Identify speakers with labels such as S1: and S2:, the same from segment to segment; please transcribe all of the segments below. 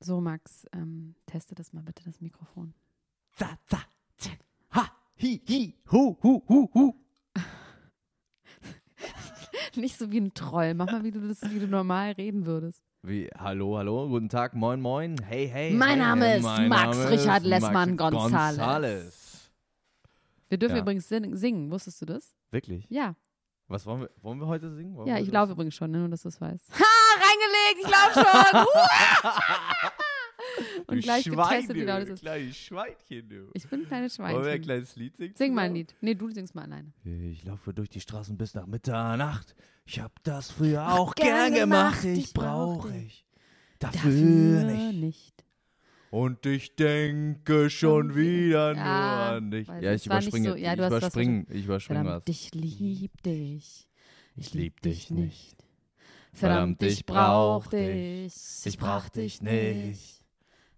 S1: So, Max, ähm, teste das mal bitte, das Mikrofon.
S2: za, za, tsch, ha, hi, hi, hu, hu, hu, hu.
S1: Nicht so wie ein Troll. Mach mal, wie du, das, wie du normal reden würdest.
S2: Wie, hallo, hallo, guten Tag, moin, moin, hey, hey.
S1: Mein
S2: hey,
S1: Name
S2: hey,
S1: ist Max Richard Lessmann
S2: Max
S1: Gonzales.
S2: Gonzales.
S1: Wir dürfen
S2: Ja.
S1: übrigens sin singen, wusstest du das?
S2: Wirklich?
S1: Ja,
S2: Was wollen wir, wollen wir heute singen? Wollen
S1: ja,
S2: wir Oh,
S1: ich
S2: das-
S1: glaube übrigens schon, ne, nur dass du es weißt.
S3: Reingelegt, ich glaube schon.
S2: Du
S1: Und gleich getestet, wie laut es
S2: Schwein, du
S1: ist.
S2: Kleines Schweinchen, du.
S1: Ich bin ein kleines
S2: Wollen wir ein
S1: Schweinchen.
S2: kleines Lied singen?
S1: Sing mal ein
S2: zusammen?
S1: Lied. Nee, du singst mal alleine.
S2: Ich laufe durch die Straßen bis nach Mitternacht. Ich hab das früher auch
S1: gern
S2: gern gemacht.
S1: gemacht,
S2: Ich
S1: ich brauch
S2: brauch ich.
S1: Dafür
S2: Dafür nicht.
S1: nicht.
S2: Und ich denke schon wieder nur
S1: Ja,
S2: an dich.
S1: weiß
S2: Ja,
S1: nicht,
S2: ich
S1: es war nicht
S2: überspringe.
S1: so- ja,
S2: ich
S1: du hast was
S2: überspringe. Ich überspringe was.
S1: Verdammt, ich lieb dich.
S2: Ich
S1: lieb
S2: lieb dich nicht.
S1: Verdammt,
S2: Verdammt,
S1: ich
S2: ich
S1: brauch
S2: brauch
S1: dich.
S2: Ich brauch dich nicht.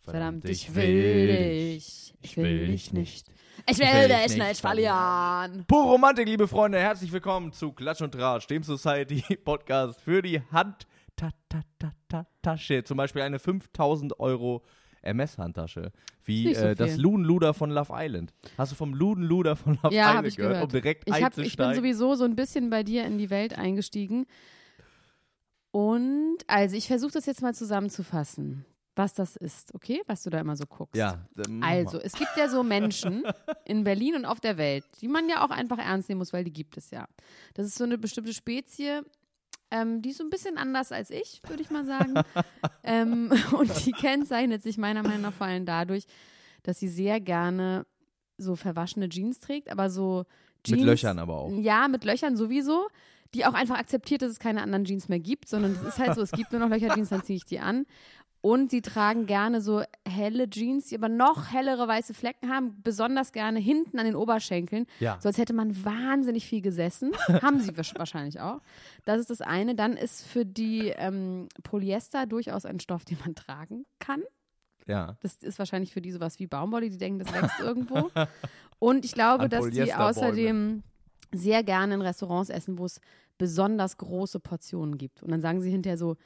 S1: Verdammt, ich will dich. Ich will dich nicht. Ich will
S2: will dich
S1: dich
S2: nicht
S1: nicht verlieren.
S2: Pur Romantik, liebe Freunde. Herzlich willkommen zu Klatsch und Tratsch, dem Society-Podcast für die Hand. Ta, ta, ta, ta, Tasche, zum Beispiel eine 5000 Euro MS-Handtasche, wie
S1: Nicht so
S2: äh, das
S1: viel.
S2: Ludenluder von Love Island. Hast du vom Ludenluder von Love
S1: Ja, hab
S2: Island
S1: ich
S2: gehört,
S1: gehört.
S2: um direkt
S1: Ich, hab,
S2: einzusteigen?
S1: ich bin sowieso so ein bisschen bei dir in die Welt eingestiegen. Und also ich versuche das jetzt mal zusammenzufassen, was das ist, okay? Was du da immer so guckst.
S2: ja, dann mach mal.
S1: Also, es gibt ja so Menschen in Berlin und auf der Welt, die man ja auch einfach ernst nehmen muss, weil die gibt es ja. Das ist so eine bestimmte Spezie, ähm, die ist so ein bisschen anders als ich, würde ich mal sagen. ähm, und die kennzeichnet sich meiner Meinung nach vor allem dadurch, dass sie sehr gerne so verwaschene Jeans trägt, aber so Jeans.
S2: Mit Löchern aber auch.
S1: Ja, mit Löchern sowieso. Die auch einfach akzeptiert, dass es keine anderen Jeans mehr gibt, sondern es ist halt so, es gibt nur noch Löcherjeans, dann ziehe ich die an. Und sie tragen gerne so helle Jeans, die aber noch hellere weiße Flecken haben, besonders gerne hinten an den Oberschenkeln.
S2: Ja.
S1: So als hätte man wahnsinnig viel gesessen. haben sie wahrsch- wahrscheinlich auch. Das ist das eine. Dann ist für die ähm, Polyester durchaus ein Stoff, den man tragen kann.
S2: ja.
S1: Das ist wahrscheinlich für die sowas wie Baumwolle, die denken, das wächst irgendwo. Und ich glaube,
S2: An
S1: dass die
S2: Polyesterbäume.
S1: außerdem sehr gerne in Restaurants essen, wo es besonders große Portionen gibt. Und dann sagen sie hinterher so,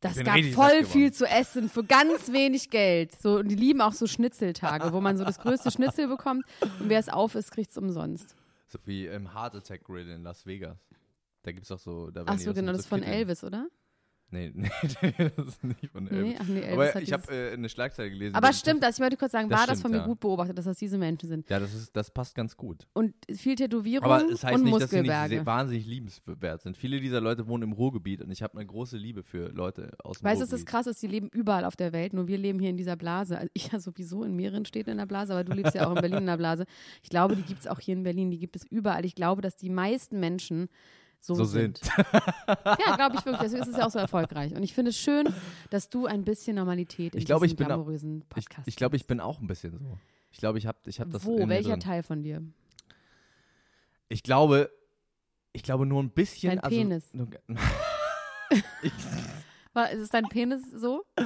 S1: das
S2: bin
S1: gab
S2: richtig satt
S1: voll
S2: geworden.
S1: viel zu essen für ganz wenig Geld. So, und die lieben auch so Schnitzeltage, wo man so das größte Schnitzel bekommt und wer es auf ist, kriegt es umsonst.
S2: So wie im Heart Attack Grill in Las Vegas. Da gibt's doch so. Da werden
S1: Ach
S2: die
S1: so,
S2: doch
S1: genau,
S2: mit
S1: das ist
S2: so
S1: von
S2: Kitteln-
S1: Elvis, oder?
S2: Nee, nee, das ist nicht von Elvis.
S1: Nee, ach nee, Elvis
S2: Aber
S1: hat
S2: ich habe
S1: dieses-
S2: äh, eine Schlagzeile gelesen.
S1: Aber
S2: dass-
S1: stimmt das? Ich wollte kurz sagen,
S2: Das
S1: war das von
S2: stimmt,
S1: mir
S2: ja.
S1: gut beobachtet, dass das diese Menschen sind.
S2: Ja, das, ist, das passt ganz gut.
S1: Und viel Tätowierung
S2: Aber es heißt
S1: und
S2: nicht, dass sie nicht
S1: Muskelberge.
S2: se- wahnsinnig liebenswert sind. Viele dieser Leute wohnen im Ruhrgebiet und ich habe eine große Liebe für Leute aus dem
S1: Weißt du, was
S2: Ruhrgebiet.
S1: das krass ist? Die leben überall auf der Welt, nur wir leben hier in dieser Blase. Also ich ja sowieso in mehreren Städten in der Blase, aber du lebst ja auch in Berlin in der Blase. Ich glaube, die gibt es auch hier in Berlin, die gibt es überall. Ich glaube, dass die meisten Menschen so,
S2: So sind.
S1: Ja, glaube ich wirklich. Deswegen ist es ja auch so erfolgreich. Und ich finde es schön, dass du ein bisschen Normalität in
S2: Ich glaube, ich bin
S1: diesem
S2: auch-
S1: glamourösen
S2: Ich,
S1: Podcast
S2: ich glaube, ich bin auch ein bisschen so. Ich glaube, ich habe ich hab das in
S1: Wo?
S2: mir
S1: Welcher
S2: drin.
S1: Teil von dir?
S2: Ich glaube, ich glaube nur ein bisschen.
S1: Dein
S2: also,
S1: Penis.
S2: Nur, ich,
S1: War, ist es dein Penis so? Oh,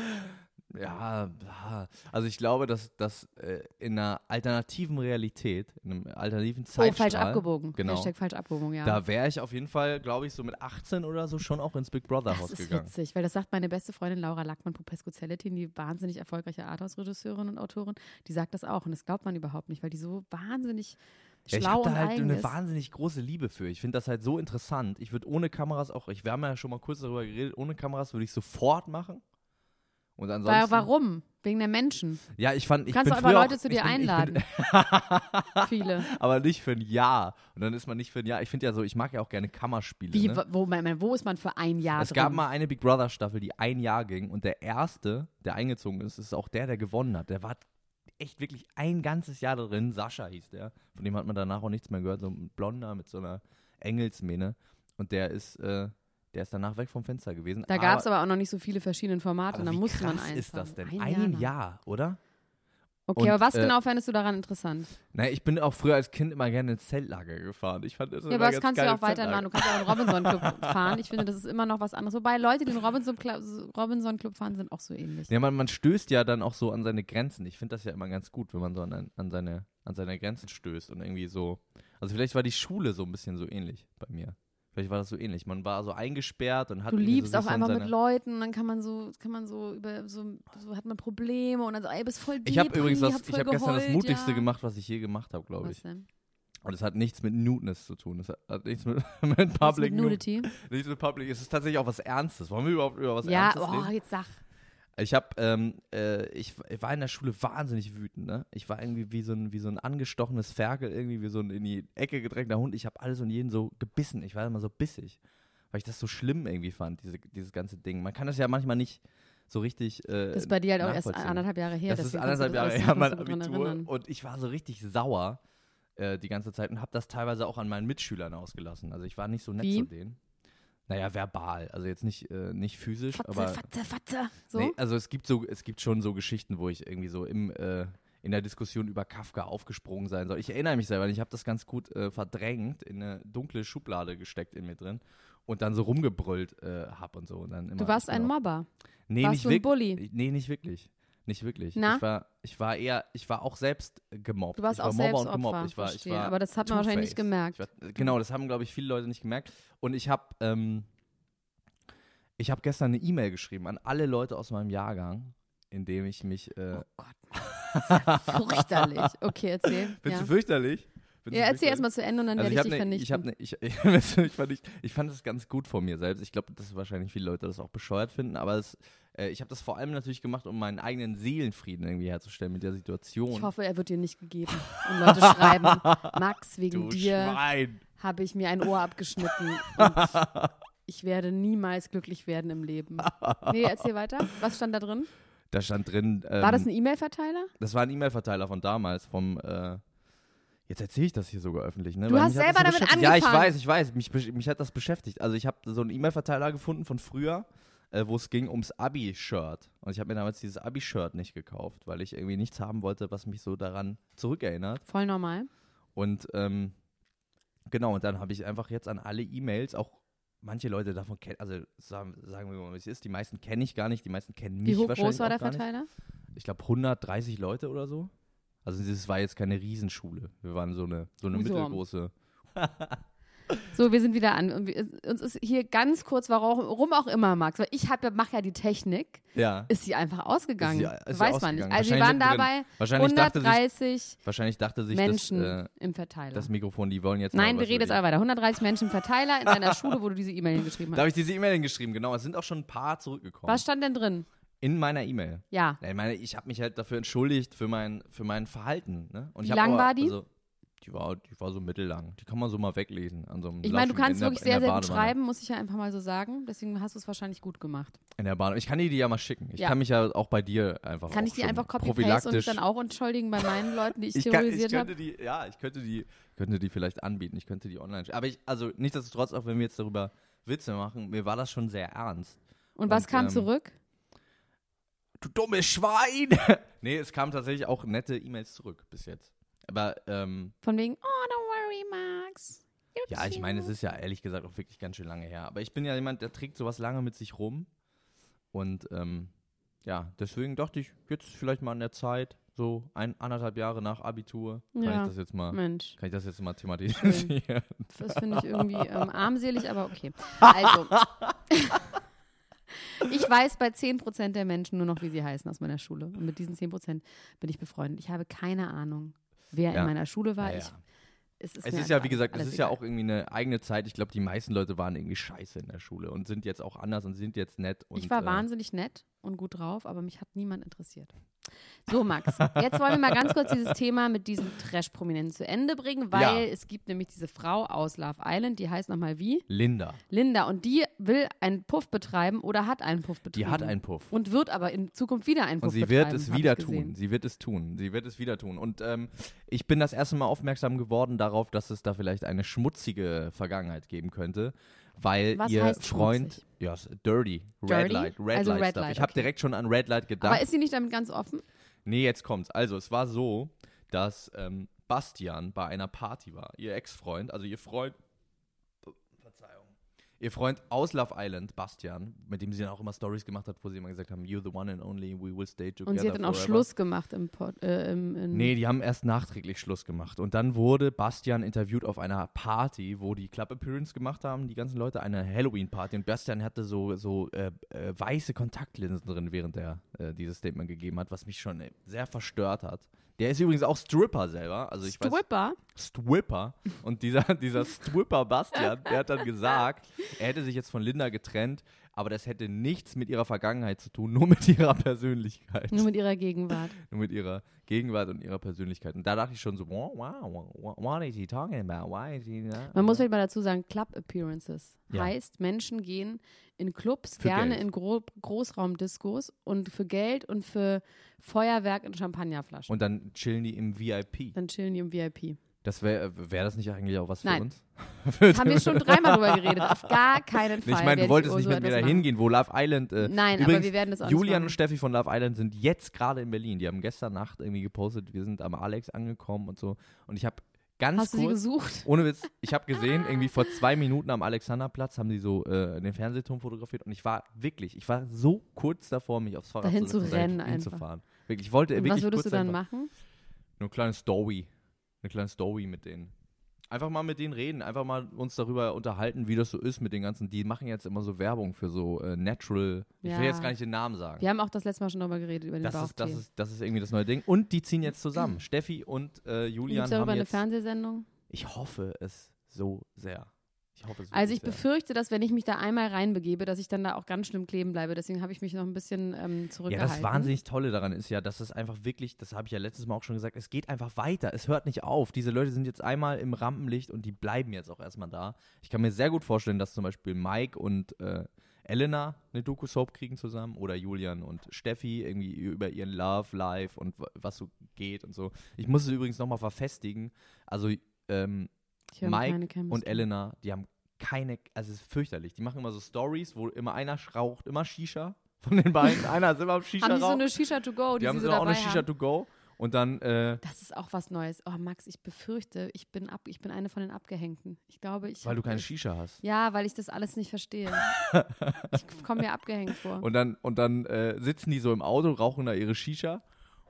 S2: Ja, ah. also ich glaube, dass, dass äh, in einer alternativen Realität, in einem alternativen Zeitstrahl,
S1: Oh, falsch abgebogen.
S2: Genau.
S1: Hashtag falsch abgebogen, ja.
S2: da wäre ich auf jeden Fall, glaube ich, so mit 18 oder so schon auch ins Big Brother
S1: Das
S2: Haus
S1: ist
S2: gegangen.
S1: witzig, weil das sagt meine beste Freundin Laura Lackmann-Popescu-Zelletin, die wahnsinnig erfolgreiche Arthouse-Regisseurin und Autorin, die sagt das auch und das glaubt man überhaupt nicht, weil die so wahnsinnig
S2: Ja, ich habe
S1: schlau
S2: da
S1: und
S2: halt eine
S1: eigenes.
S2: wahnsinnig große Liebe für. Ich finde das halt so interessant. Ich würde ohne Kameras auch, ich, wir haben ja schon mal kurz darüber geredet, ohne Kameras würde ich sofort machen. Und ansonsten.
S1: Weil, warum? Wegen der Menschen.
S2: Ja, ich fand, ich
S1: Kannst
S2: bin
S1: du aber
S2: früher
S1: Leute
S2: auch,
S1: zu
S2: ich
S1: dir
S2: bin,
S1: einladen. Viele.
S2: Ich bin, aber nicht für ein Jahr. Und dann ist man nicht für ein Jahr. Ich finde ja so, ich mag ja auch gerne Kammerspiele.
S1: Wie,
S2: ne?
S1: wo- wo, man- wo ist man für ein Jahr
S2: Es
S1: drin?
S2: gab mal eine Big Brother Staffel, die ein Jahr ging und der erste, der eingezogen ist, ist auch der, der gewonnen hat. Der war echt wirklich ein ganzes Jahr da drin. Sascha hieß der. Von dem hat man danach auch nichts mehr gehört. So ein Blonder mit so einer Engelsmähne. Und der ist, äh, der ist danach weg vom Fenster gewesen.
S1: da gab es aber auch noch nicht so viele verschiedene Formate und da
S2: wie
S1: musste man
S2: krass
S1: eins
S2: ist das
S1: haben.
S2: denn? Ein, Jahr,
S1: lang.
S2: oder?
S1: Okay,
S2: Und,
S1: aber was
S2: äh,
S1: genau fändest du daran interessant?
S2: Na, ich bin auch früher als Kind immer gerne ins Zeltlager gefahren. Ich fand das
S1: Ja, aber das kannst du ja auch weitermachen. Du kannst ja auch in den Robinson Club fahren. Ich finde, das ist immer noch was anderes. Wobei Leute, die in den Robinson Club, Robinson Club fahren, sind auch so ähnlich.
S2: Ja, man, man stößt ja dann auch so an seine Grenzen. Ich finde das ja immer ganz gut, wenn man so an, ein- an, seine, an seine Grenzen stößt und irgendwie so. Also vielleicht war die Schule so ein bisschen so ähnlich bei mir. Vielleicht war das so ähnlich. Man war so eingesperrt und hat
S1: Du
S2: irgendwie
S1: liebst
S2: so
S1: auch
S2: sich so in
S1: einfach
S2: seine
S1: mit Leuten, dann kann man so, kann man so über so, so hat man Probleme und dann so, ey, bist voll
S2: Ich habe
S1: Depri,
S2: übrigens was,
S1: hab
S2: ich
S1: voll
S2: habe gestern das
S1: geheult,
S2: mutigste
S1: ja.
S2: gemacht, was ich je gemacht habe, glaube
S1: Was
S2: ich.
S1: denn?
S2: Und es hat nichts mit Nudeness zu tun. Es hat, hat nichts mit, mit
S1: Was
S2: Public
S1: mit
S2: Nu-
S1: Nudity?
S2: Nichts mit Public. Es ist tatsächlich auch was Ernstes. Wollen wir überhaupt über was
S1: Ja,
S2: Ernstes reden?
S1: oh, jetzt sag.
S2: Ich habe, ähm, äh, ich, ich war in der Schule wahnsinnig wütend, ne? Ich war irgendwie wie so ein, wie so ein angestochenes Ferkel, irgendwie wie so ein in die Ecke gedrängter Hund. Ich habe alles und jeden so gebissen. Ich war immer so bissig, weil ich das so schlimm irgendwie fand, diese, dieses ganze Ding. Man kann das ja manchmal nicht so richtig. Äh,
S1: Das ist bei dir halt auch erst
S2: nachvollziehen.
S1: anderthalb Jahre her.
S2: Das ist
S1: deswegen kannst du
S2: anderthalb Jahre
S1: alles
S2: her,
S1: noch
S2: mein
S1: so gut dran
S2: Abitur.
S1: erinnern.
S2: Und ich war so richtig sauer äh, die ganze Zeit und habe das teilweise auch an meinen Mitschülern ausgelassen. Also ich war nicht so nett
S1: Wie?
S2: zu denen. Naja, verbal. Also jetzt nicht, äh, nicht physisch,
S1: Fatze,
S2: aber.
S1: Fatze, Fatze. So?
S2: Nee, also es gibt so, es gibt schon so Geschichten, wo ich irgendwie so im, äh, in der Diskussion über Kafka aufgesprungen sein soll. Ich erinnere mich selber, nicht, ich habe das ganz gut äh, verdrängt, in eine dunkle Schublade gesteckt in mir drin und dann so rumgebrüllt äh, hab und so. Und dann immer,
S1: Du warst
S2: ich bin
S1: ein
S2: auch-
S1: Mobber.
S2: nee,
S1: warst
S2: nicht
S1: du ein
S2: wirk-
S1: Bully?
S2: Nee, nicht wirklich. Nicht wirklich.
S1: Na?
S2: Ich war, ich war eher, ich war auch selbst äh, gemobbt.
S1: Du warst
S2: ich war
S1: auch
S2: Mobber
S1: selbst
S2: und gemobbt.
S1: Opfer,
S2: Ich war, ich
S1: verstehe.
S2: war
S1: Aber das hat man
S2: Two-Faced.
S1: wahrscheinlich nicht gemerkt.
S2: Ich war, äh, genau, das haben, glaube ich, viele Leute nicht gemerkt. Und ich habe ähm, ich habe gestern eine E-Mail geschrieben an alle Leute aus meinem Jahrgang, in dem ich mich. Äh,
S1: Oh Gott, das ist ja fürchterlich. Okay, erzähl.
S2: Findest
S1: Ja,
S2: du fürchterlich? Findest
S1: ja
S2: du
S1: erzähl
S2: fürchterlich?
S1: erstmal zu Ende und dann
S2: Also ich
S1: werde ich
S2: habe ne,
S1: dich
S2: ich
S1: vernichten.
S2: hab ne, ich, ich, fand ich, ich fand das ganz gut von mir selbst. Ich glaube, dass wahrscheinlich viele Leute das auch bescheuert finden, aber es, äh, ich habe das vor allem natürlich gemacht, um meinen eigenen Seelenfrieden irgendwie herzustellen mit der Situation.
S1: ich hoffe, er wird dir nicht gegeben. Und Leute schreiben, Max, wegen
S2: du
S1: dir
S2: Schwein.
S1: habe ich mir ein Ohr abgeschnitten und ich werde niemals glücklich werden im Leben. Nee, erzähl weiter. Was stand da drin?
S2: Da stand drin. Ähm,
S1: War das ein E-Mail-Verteiler?
S2: Das war ein E-Mail-Verteiler von damals, vom. Äh, jetzt erzähle ich das hier sogar öffentlich, ne?
S1: Du
S2: Weil
S1: hast
S2: mich hat das
S1: selber
S2: so
S1: damit
S2: beschäftigt. Ja, ich
S1: angefangen.
S2: weiß, ich weiß. Mich, besch- mich hat das beschäftigt. Also, ich habe so einen E-Mail-Verteiler gefunden von früher, äh, wo es ging ums Abi-Shirt. Und ich habe mir damals dieses Abi-Shirt nicht gekauft, weil ich irgendwie nichts haben wollte, was mich so daran zurückerinnert.
S1: Voll normal.
S2: Und ähm, genau, und dann habe ich einfach jetzt an alle E-Mails auch. Manche Leute davon kennen, also sagen, sagen wir mal, wie es ist, die meisten kenne ich gar nicht, die meisten kennen mich
S1: Wie hoch
S2: wahrscheinlich
S1: groß war
S2: auch
S1: der
S2: gar nicht
S1: Verteiler?
S2: ich glaube 130 Leute oder so. Also das war jetzt keine Riesenschule. Wir waren so eine, so eine
S1: Husorm.
S2: mittelgroße.
S1: So, wir sind wieder an. Und wir, uns ist hier ganz kurz, warum auch immer, Max, weil ich hab ja, mache ja die Technik,
S2: Ja.
S1: ist sie einfach ausgegangen.
S2: Ist sie- ist sie
S1: Weiß man
S2: ausgegangen.
S1: nicht. Also, wir waren
S2: Wahrscheinlich
S1: dabei
S2: Wahrscheinlich dachte sich,
S1: 130
S2: wahrscheinlich dachte sich
S1: Menschen
S2: Das, äh,
S1: im Verteiler.
S2: das Mikrofon, die wollen jetzt.
S1: Nein,
S2: mal
S1: wir
S2: was
S1: reden jetzt
S2: über
S1: aber weiter. 130 Menschen im Verteiler in deiner Schule, wo du diese E-Mail hingeschrieben
S2: die- Da habe
S1: hast.
S2: ich diese E-Mail hingeschrieben, genau. Es sind auch schon ein paar zurückgekommen.
S1: Was stand denn drin?
S2: In meiner E-Mail.
S1: Ja.
S2: Ja, Ich meine, ich habe mich halt dafür entschuldigt für mein, für mein Verhalten. Ne? Und
S1: Wie
S2: ich hab
S1: lang
S2: aber,
S1: war die?
S2: Also, die, war, die war so mittellang. Die kann man so mal weglesen. An so einem
S1: Ich meine, du
S2: Lappen in
S1: kannst
S2: der-
S1: wirklich
S2: in der
S1: sehr, sehr gut
S2: Badewanne.
S1: schreiben, muss ich ja einfach mal so sagen. Deswegen hast du es wahrscheinlich gut gemacht.
S2: In der Bahn. Ich kann dir die ja mal schicken. Ich
S1: Ja.
S2: kann mich ja auch bei dir einfach
S1: Kann
S2: auch
S1: ich die
S2: schon
S1: einfach copy-paste und mich
S2: prophylaktisch
S1: dann auch entschuldigen bei meinen Leuten, die ich,
S2: ich, kann, ich
S1: theorisiert
S2: könnte
S1: habe?
S2: die, ja, ich könnte die, könnte die vielleicht anbieten. Ich könnte die online. sch- Aber ich, also nichtsdestotrotz, auch wenn wir jetzt darüber Witze machen, mir war das schon sehr ernst.
S1: Und was
S2: und,
S1: kam
S2: ähm,
S1: zurück?
S2: Du dummes Schwein! nee, es kamen tatsächlich auch nette E-Mails zurück bis jetzt. Aber ähm,
S1: Von wegen, oh, don't worry, Max. You're
S2: ja, ich meine, es
S1: cute."
S2: ist ja ehrlich gesagt auch wirklich ganz schön lange her. Aber ich bin ja jemand, der trägt sowas lange mit sich rum. Und ähm, ja, deswegen dachte ich, jetzt ist vielleicht mal an der Zeit, so ein, anderthalb Jahre nach Abitur, kann
S1: Ja.
S2: ich das jetzt mal.
S1: Mensch,
S2: Kann ich das jetzt mal thematisieren?
S1: das finde ich irgendwie ähm, armselig, aber okay. Also, ich weiß bei 10% der Menschen nur noch, wie sie heißen aus meiner Schule. Und mit diesen 10% bin ich befreundet. Ich habe keine Ahnung, wer
S2: Ja.
S1: in meiner Schule war. Ich es ist
S2: Es
S1: mir
S2: ist ja,
S1: einfach
S2: wie gesagt, es
S1: alles
S2: ist ja
S1: egal.
S2: auch irgendwie eine eigene Zeit. Ich glaube, die meisten Leute waren irgendwie scheiße in der Schule und sind jetzt auch anders und sind jetzt nett. Und,
S1: ich war
S2: äh,
S1: wahnsinnig nett und gut drauf, aber mich hat niemand interessiert. So, Max, jetzt wollen wir mal ganz kurz dieses Thema mit diesen Trash-Prominenten zu Ende bringen, weil
S2: Ja.
S1: es gibt nämlich diese Frau aus Love Island, die heißt nochmal wie?
S2: Linda,
S1: Linda. Und die will einen Puff betreiben oder hat einen Puff
S2: die
S1: betrieben.
S2: hat einen Puff.
S1: Und wird aber in Zukunft wieder einen Puff
S2: Und sie
S1: betreiben.
S2: wird es
S1: hab ich
S2: wieder
S1: gesehen.
S2: tun. Sie wird es tun. Sie wird es wieder tun. Und ähm, ich bin das erste Mal aufmerksam geworden darauf, dass es da vielleicht eine schmutzige Vergangenheit geben könnte, weil
S1: Was
S2: ihr
S1: heißt
S2: Freund,
S1: schmutzig?
S2: ja, es- dirty, red
S1: Dirty?
S2: light, red
S1: Also
S2: light
S1: Red
S2: stuff.
S1: Light,
S2: ich habe
S1: okay.
S2: direkt schon an red light gedacht.
S1: Aber ist sie nicht damit ganz offen?
S2: Nee, jetzt kommt's. Also, es war so, dass ähm, Bastian bei einer Party war. Ihr Ex-Freund, also ihr Freund. Verzeihung. Ihr Freund aus Love Island, Bastian, mit dem sie dann auch immer Stories gemacht hat, wo sie immer gesagt haben: You're the one and only, we will stay together.
S1: Und sie hat dann auch
S2: forever."
S1: Schluss gemacht im Pod, äh, im, in
S2: Nee, die haben erst nachträglich Schluss gemacht. Und dann wurde Bastian interviewt auf einer Party, wo die Club-Appearance gemacht haben, die ganzen Leute, eine Halloween-Party. Und Bastian hatte so, so äh, äh, weiße Kontaktlinsen drin, während er äh, dieses Statement gegeben hat, was mich schon äh, sehr verstört hat. Der ist übrigens auch Stripper selber. Also ich weiß,
S1: Stripper.
S2: Stripper. Und dieser, dieser Stripper Bastian, der hat dann gesagt, er hätte sich jetzt von Linda getrennt, aber das hätte nichts mit ihrer Vergangenheit zu tun, nur mit ihrer Persönlichkeit.
S1: Nur mit ihrer Gegenwart.
S2: Nur mit ihrer Gegenwart und ihrer Persönlichkeit. Und da dachte ich schon so, wow, wow, what, what is he talking about? Why is he not?
S1: Man muss halt vielleicht mal dazu sagen, Club Appearances
S2: Ja.
S1: heißt, Menschen gehen in Clubs,
S2: Für
S1: gerne
S2: Geld.
S1: in Gro Großraumdiskos und für Geld und für Feuerwerk in Champagnerflaschen.
S2: und dann chillen die im VIP.
S1: dann chillen die im VIP.
S2: Das wäre wäre das nicht eigentlich auch was für
S1: Nein.
S2: uns?
S1: Das haben wir schon dreimal drüber geredet. Auf gar keinen Fall.
S2: Nee, ich meine,
S1: werde
S2: du wolltest
S1: oh
S2: nicht
S1: so
S2: mit mir
S1: etwas
S2: da
S1: machen.
S2: hingehen, wo Love Island. Äh,
S1: Nein, aber
S2: übrigens,
S1: wir werden das auch nicht
S2: Julian
S1: machen.
S2: und Steffi von Love Island sind jetzt gerade in Berlin. Die haben gestern Nacht irgendwie gepostet, wir sind am Alex angekommen und so. Und ich habe ganz
S1: Hast du sie
S2: kurz. Äh,
S1: gesucht?
S2: Ohne Witz, ich habe gesehen, irgendwie vor zwei Minuten am Alexanderplatz haben die so äh, den Fernsehturm fotografiert und ich war wirklich, ich war so kurz davor, mich aufs Fahrrad
S1: Dahin
S2: zu
S1: zu
S2: setzen,
S1: rennen
S2: dahin
S1: einfach.
S2: hinzufahren. Wirklich, ich wollte
S1: Und
S2: wirklich
S1: was würdest
S2: kurz
S1: du dann
S2: einfach-
S1: machen?
S2: Nur eine kleine Story, eine kleine Story mit denen. Einfach mal mit denen reden, einfach mal uns darüber unterhalten, wie das so ist mit den ganzen, die machen jetzt immer so Werbung für so äh, Natural, ich
S1: Ja.
S2: will jetzt gar nicht den Namen sagen.
S1: Wir haben auch das letzte Mal schon darüber geredet, über den
S2: Das ist, das,
S1: Bauchtee.
S2: ist, das ist irgendwie das neue Ding. Und die ziehen jetzt zusammen. Steffi und äh,
S1: Gibt es
S2: Julian haben
S1: darüber eine
S2: jetzt,
S1: Fernsehsendung?
S2: ich hoffe es so sehr. Ich hoffe es
S1: Also ich
S2: wirklich sehr.
S1: befürchte, dass wenn ich mich da einmal reinbegebe, dass ich dann da auch ganz schlimm kleben bleibe. Deswegen habe ich mich noch ein bisschen ähm,
S2: Ja,
S1: zurückgehalten.
S2: das wahnsinnig Tolle daran ist ja, dass es einfach wirklich, das habe ich ja letztes Mal auch schon gesagt, es geht einfach weiter. Es hört nicht auf. Diese Leute sind jetzt einmal im Rampenlicht und die bleiben jetzt auch erstmal da. Ich kann mir sehr gut vorstellen, dass zum Beispiel Mike und äh, Elena eine Doku-Soap kriegen zusammen oder Julian und Steffi irgendwie über ihren Love, Life und wa- was so geht und so. Ich muss es übrigens nochmal verfestigen. Also ähm,
S1: Ich höre keine
S2: Mike
S1: Chemistry.
S2: und Elena, die haben keine, also es ist fürchterlich. Die machen immer so Stories, wo immer einer raucht, immer Shisha von den beiden. einer ist immer am Shisha
S1: Haben die so
S2: rauchen.
S1: eine Shisha to go, die,
S2: die haben
S1: sie so
S2: dann auch
S1: dabei
S2: eine Shisha
S1: haben?
S2: to go und dann äh,
S1: Das ist auch was Neues. Oh Max, ich befürchte, ich bin ab, ich bin eine von den Abgehängten. Ich glaube, ich
S2: weil du keine
S1: ich,
S2: Shisha hast.
S1: Ja, weil ich das alles nicht verstehe. ich komme mir abgehängt vor.
S2: Und dann und dann äh, sitzen die so im Auto, rauchen da ihre Shisha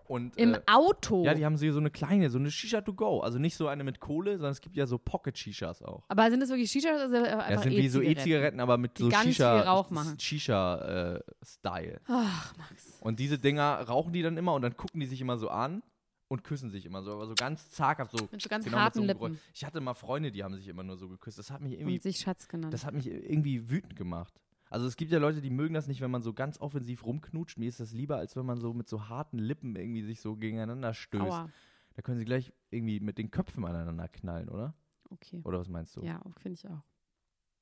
S2: und
S1: Im
S2: äh,
S1: Auto.
S2: ja, die haben sie so eine kleine, so eine Shisha to go, also nicht so eine mit Kohle, sondern es gibt ja so Pocket Shishas auch.
S1: aber sind das wirklich Shisha oder sind das einfach
S2: Ja, das sind wie so E-Zigaretten, aber mit
S1: die
S2: so
S1: ganz viel
S2: Shisha
S1: Rauch machen.
S2: Shisha äh, Style.
S1: Ach Max.
S2: Und diese Dinger rauchen die dann immer und dann gucken die sich immer so an und küssen sich immer so, aber so ganz zaghaft so. genau
S1: Mit so ganz
S2: mit
S1: harten
S2: einem
S1: Lippen.
S2: Geräusch. Ich hatte mal Freunde, die haben sich immer nur so geküsst. Das hat mich irgendwie,
S1: Und sich Schatz genannt.
S2: das hat mich irgendwie wütend gemacht. Also es gibt ja Leute, die mögen das nicht, wenn man so ganz offensiv rumknutscht. Mir ist das lieber, als wenn man so mit so harten Lippen irgendwie sich so gegeneinander stößt.
S1: Aua.
S2: Da können sie gleich irgendwie mit den Köpfen aneinander knallen, oder?
S1: Okay.
S2: Oder was meinst du?
S1: Ja, finde ich auch.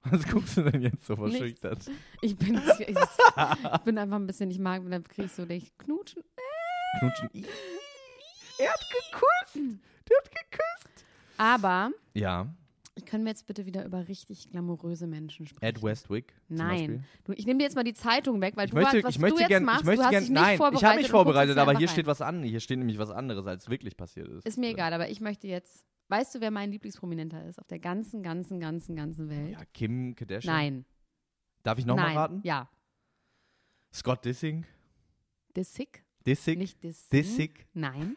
S2: Was guckst du denn jetzt so
S1: Nichts.
S2: verschüchtert?
S1: Ich bin, ich, bin einfach ein bisschen, ich mag, dann kriege ich so, denke ich, knutschen.
S2: Knutschen. Ih, Er hat geküsst. Der hat geküsst.
S1: Aber
S2: Ja.
S1: können wir jetzt bitte wieder über richtig glamouröse Menschen sprechen?
S2: Ed Westwick. zum Beispiel.
S1: Nein. Du, ich nehme dir jetzt mal die Zeitung weg, weil
S2: Ich
S1: du
S2: möchte,
S1: hast, was
S2: ich möchte
S1: du jetzt
S2: gern,
S1: machst,
S2: ich möchte
S1: du hast
S2: gern,
S1: dich nicht
S2: nein,
S1: vorbereitet.
S2: ich habe mich
S1: und guckst
S2: vorbereitet,
S1: jetzt
S2: aber
S1: einfach
S2: hier
S1: rein.
S2: steht was an, hier steht nämlich was anderes, als wirklich passiert ist. Äh,
S1: Ist mir egal, aber ich möchte jetzt. Weißt du, wer mein Lieblingsprominenter ist auf der ganzen, ganzen, ganzen, ganzen Welt?
S2: Ja, Kim Kardashian.
S1: nein.
S2: Darf ich nochmal
S1: nein.
S2: raten?
S1: Ja.
S2: Scott Dissing.
S1: Dissig?
S2: Dissing.
S1: Nicht Dissig.
S2: Dissig.
S1: Nein.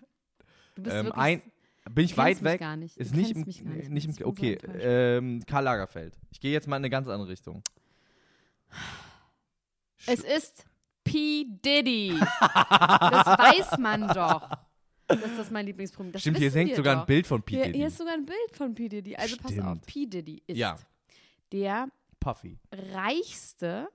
S1: Du bist
S2: Ähm,
S1: wirklich.
S2: ein, bin ich
S1: kennst
S2: weit
S1: mich
S2: weg?
S1: gar nicht.
S2: Ist
S1: Du
S2: nicht,
S1: kennst
S2: im,
S1: mich gar nicht.
S2: nicht im,
S1: Ich bin so
S2: okay,
S1: enttäuscht.
S2: ähm, Karl Lagerfeld. Ich gehe jetzt mal in eine ganz andere Richtung.
S1: es ist P. Diddy. das weiß man doch. dass das mein Lieblingspromi das
S2: Stimmt, hier
S1: wissen
S2: hängt
S1: wir
S2: sogar
S1: doch.
S2: ein Bild von P.
S1: Hier,
S2: Diddy.
S1: hier ist sogar ein Bild von P. Diddy. Also pass auf,
S2: Stimmt.
S1: P. Diddy ist
S2: Ja.
S1: der
S2: Puffy.
S1: reichste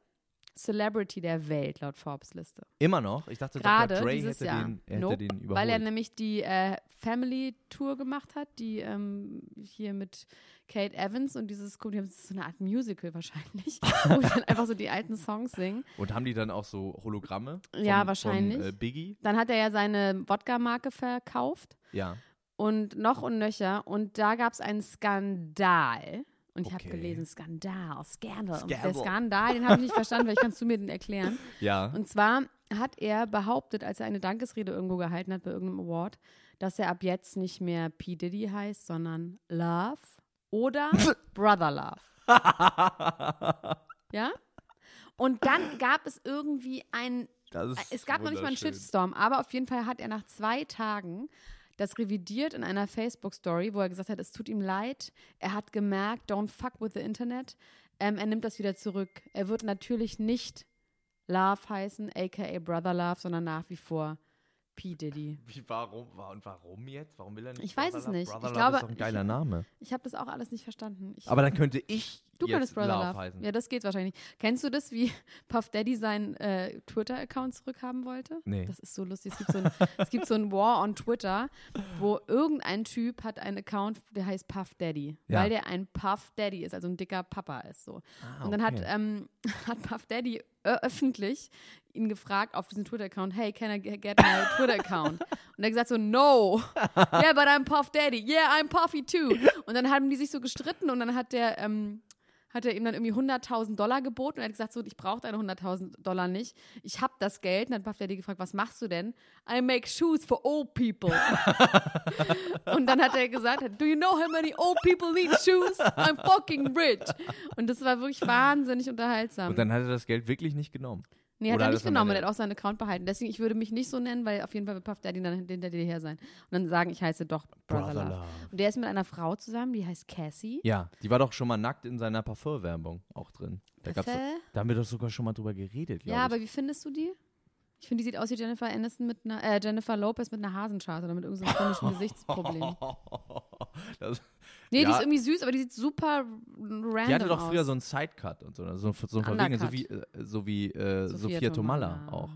S1: Celebrity der Welt laut Forbes-Liste.
S2: Immer noch. Ich dachte,
S1: Gerade
S2: Dr. Dre
S1: dieses
S2: hätte,
S1: Jahr.
S2: den, hätte
S1: Nope,
S2: den überholt.
S1: Weil er nämlich die äh, Family-Tour gemacht hat, die ähm, hier mit Kate Evans und dieses, die haben- das ist so eine Art Musical wahrscheinlich, wo die dann einfach so die alten Songs singen.
S2: Und haben die dann auch so Hologramme?
S1: ne- Ja,
S2: vom-
S1: wahrscheinlich.
S2: Vom, äh, Biggie?
S1: Dann hat er ja seine Wodka-Marke verkauft
S2: Ja.
S1: und noch und nöcher und da gab es einen Skandal. Und ich
S2: Okay.
S1: habe gelesen, Skandal, Skandal. Und der
S2: Skandal.
S1: Skandal, den habe ich nicht verstanden, vielleicht kannst du mir den erklären.
S2: Ja.
S1: Und zwar hat er behauptet, als er eine Dankesrede irgendwo gehalten hat bei irgendeinem Award, dass er ab jetzt nicht mehr P. Diddy heißt, sondern Love oder Brother Love. Ja? Und dann gab es irgendwie einen,
S2: das ist
S1: Äh, es gab noch nicht mal einen
S2: wunderschön.
S1: Shitstorm, aber auf jeden Fall hat er nach zwei Tagen das revidiert in einer Facebook-Story, wo er gesagt hat, es tut ihm leid, er hat gemerkt, don't fuck with the Internet, ähm, er nimmt das wieder zurück. Er wird natürlich nicht Love heißen, aka Brother Love, sondern nach wie vor P. Diddy.
S2: Wie, warum, wa- und warum jetzt? Warum will er nicht?
S1: Ich weiß es
S2: Brother Love?
S1: nicht.
S2: Brother
S1: Ich
S2: Love ist
S1: glaube-
S2: doch ein geiler
S1: ich-
S2: Name.
S1: Ich habe das auch alles nicht verstanden. Ich,
S2: Aber dann könnte ich
S1: du
S2: jetzt
S1: könntest Brother Love.
S2: heißen.
S1: Ja, das geht wahrscheinlich nicht. Kennst du das, wie Puff Daddy seinen äh, Twitter-Account zurückhaben wollte?
S2: Nee.
S1: Das ist so lustig. Es gibt so, ein, es gibt so ein War on Twitter, wo irgendein Typ hat einen Account, der heißt Puff Daddy,
S2: Ja.
S1: weil der ein Puff Daddy ist, also ein dicker Papa ist so.
S2: Ah,
S1: Und dann hat,
S2: okay.
S1: ähm, hat Puff Daddy ö- öffentlich ihn gefragt auf diesem Twitter-Account, hey, can I ge- get my Twitter-Account? Und er gesagt so, no. Yeah, but I'm Puff Daddy. Yeah, I'm Puffy too. Und dann haben die sich so gestritten und dann hat der, ähm, hat er ihm dann irgendwie 100.000 Dollar geboten und er hat gesagt so, ich brauche deine 100.000 Dollar nicht. Ich habe das Geld. Und dann hat Puff Daddy gefragt, was machst du denn? I make shoes for old people. Und dann hat er gesagt, do you know how many old people need shoes? I'm fucking rich. Und das war wirklich wahnsinnig unterhaltsam.
S2: Und dann hat er das Geld wirklich nicht genommen.
S1: nee, hat
S2: oder
S1: er
S2: hat
S1: nicht
S2: das am
S1: genommen,
S2: Ende-
S1: er hat auch seinen Account behalten. Deswegen, ich würde mich nicht so nennen, weil auf jeden Fall wird Puff Daddy dann hinter dir her sein. Und dann sagen, ich heiße doch Brother, Love. Und der ist mit einer Frau zusammen, die heißt Cassie.
S2: Ja, die war doch schon mal nackt in seiner Parfum-Werbung auch drin. Da, gab's,
S1: Parfum?
S2: da haben wir doch sogar schon mal drüber geredet, glaube
S1: Ja,
S2: ich.
S1: aber wie findest du die? Ich finde, die sieht aus wie Jennifer Aniston mit einer, äh, Jennifer Lopez mit einer Hasenscharte oder mit irgendeinem komischen Gesichtsproblem.
S2: das,
S1: Nee, die
S2: Ja.
S1: ist irgendwie süß, aber die sieht super random
S2: die hatte doch früher
S1: aus.
S2: so einen Sidecut und so, ne? so, so ein Verwegen, so wie, äh, so wie äh, Sophia, Tomala, auch.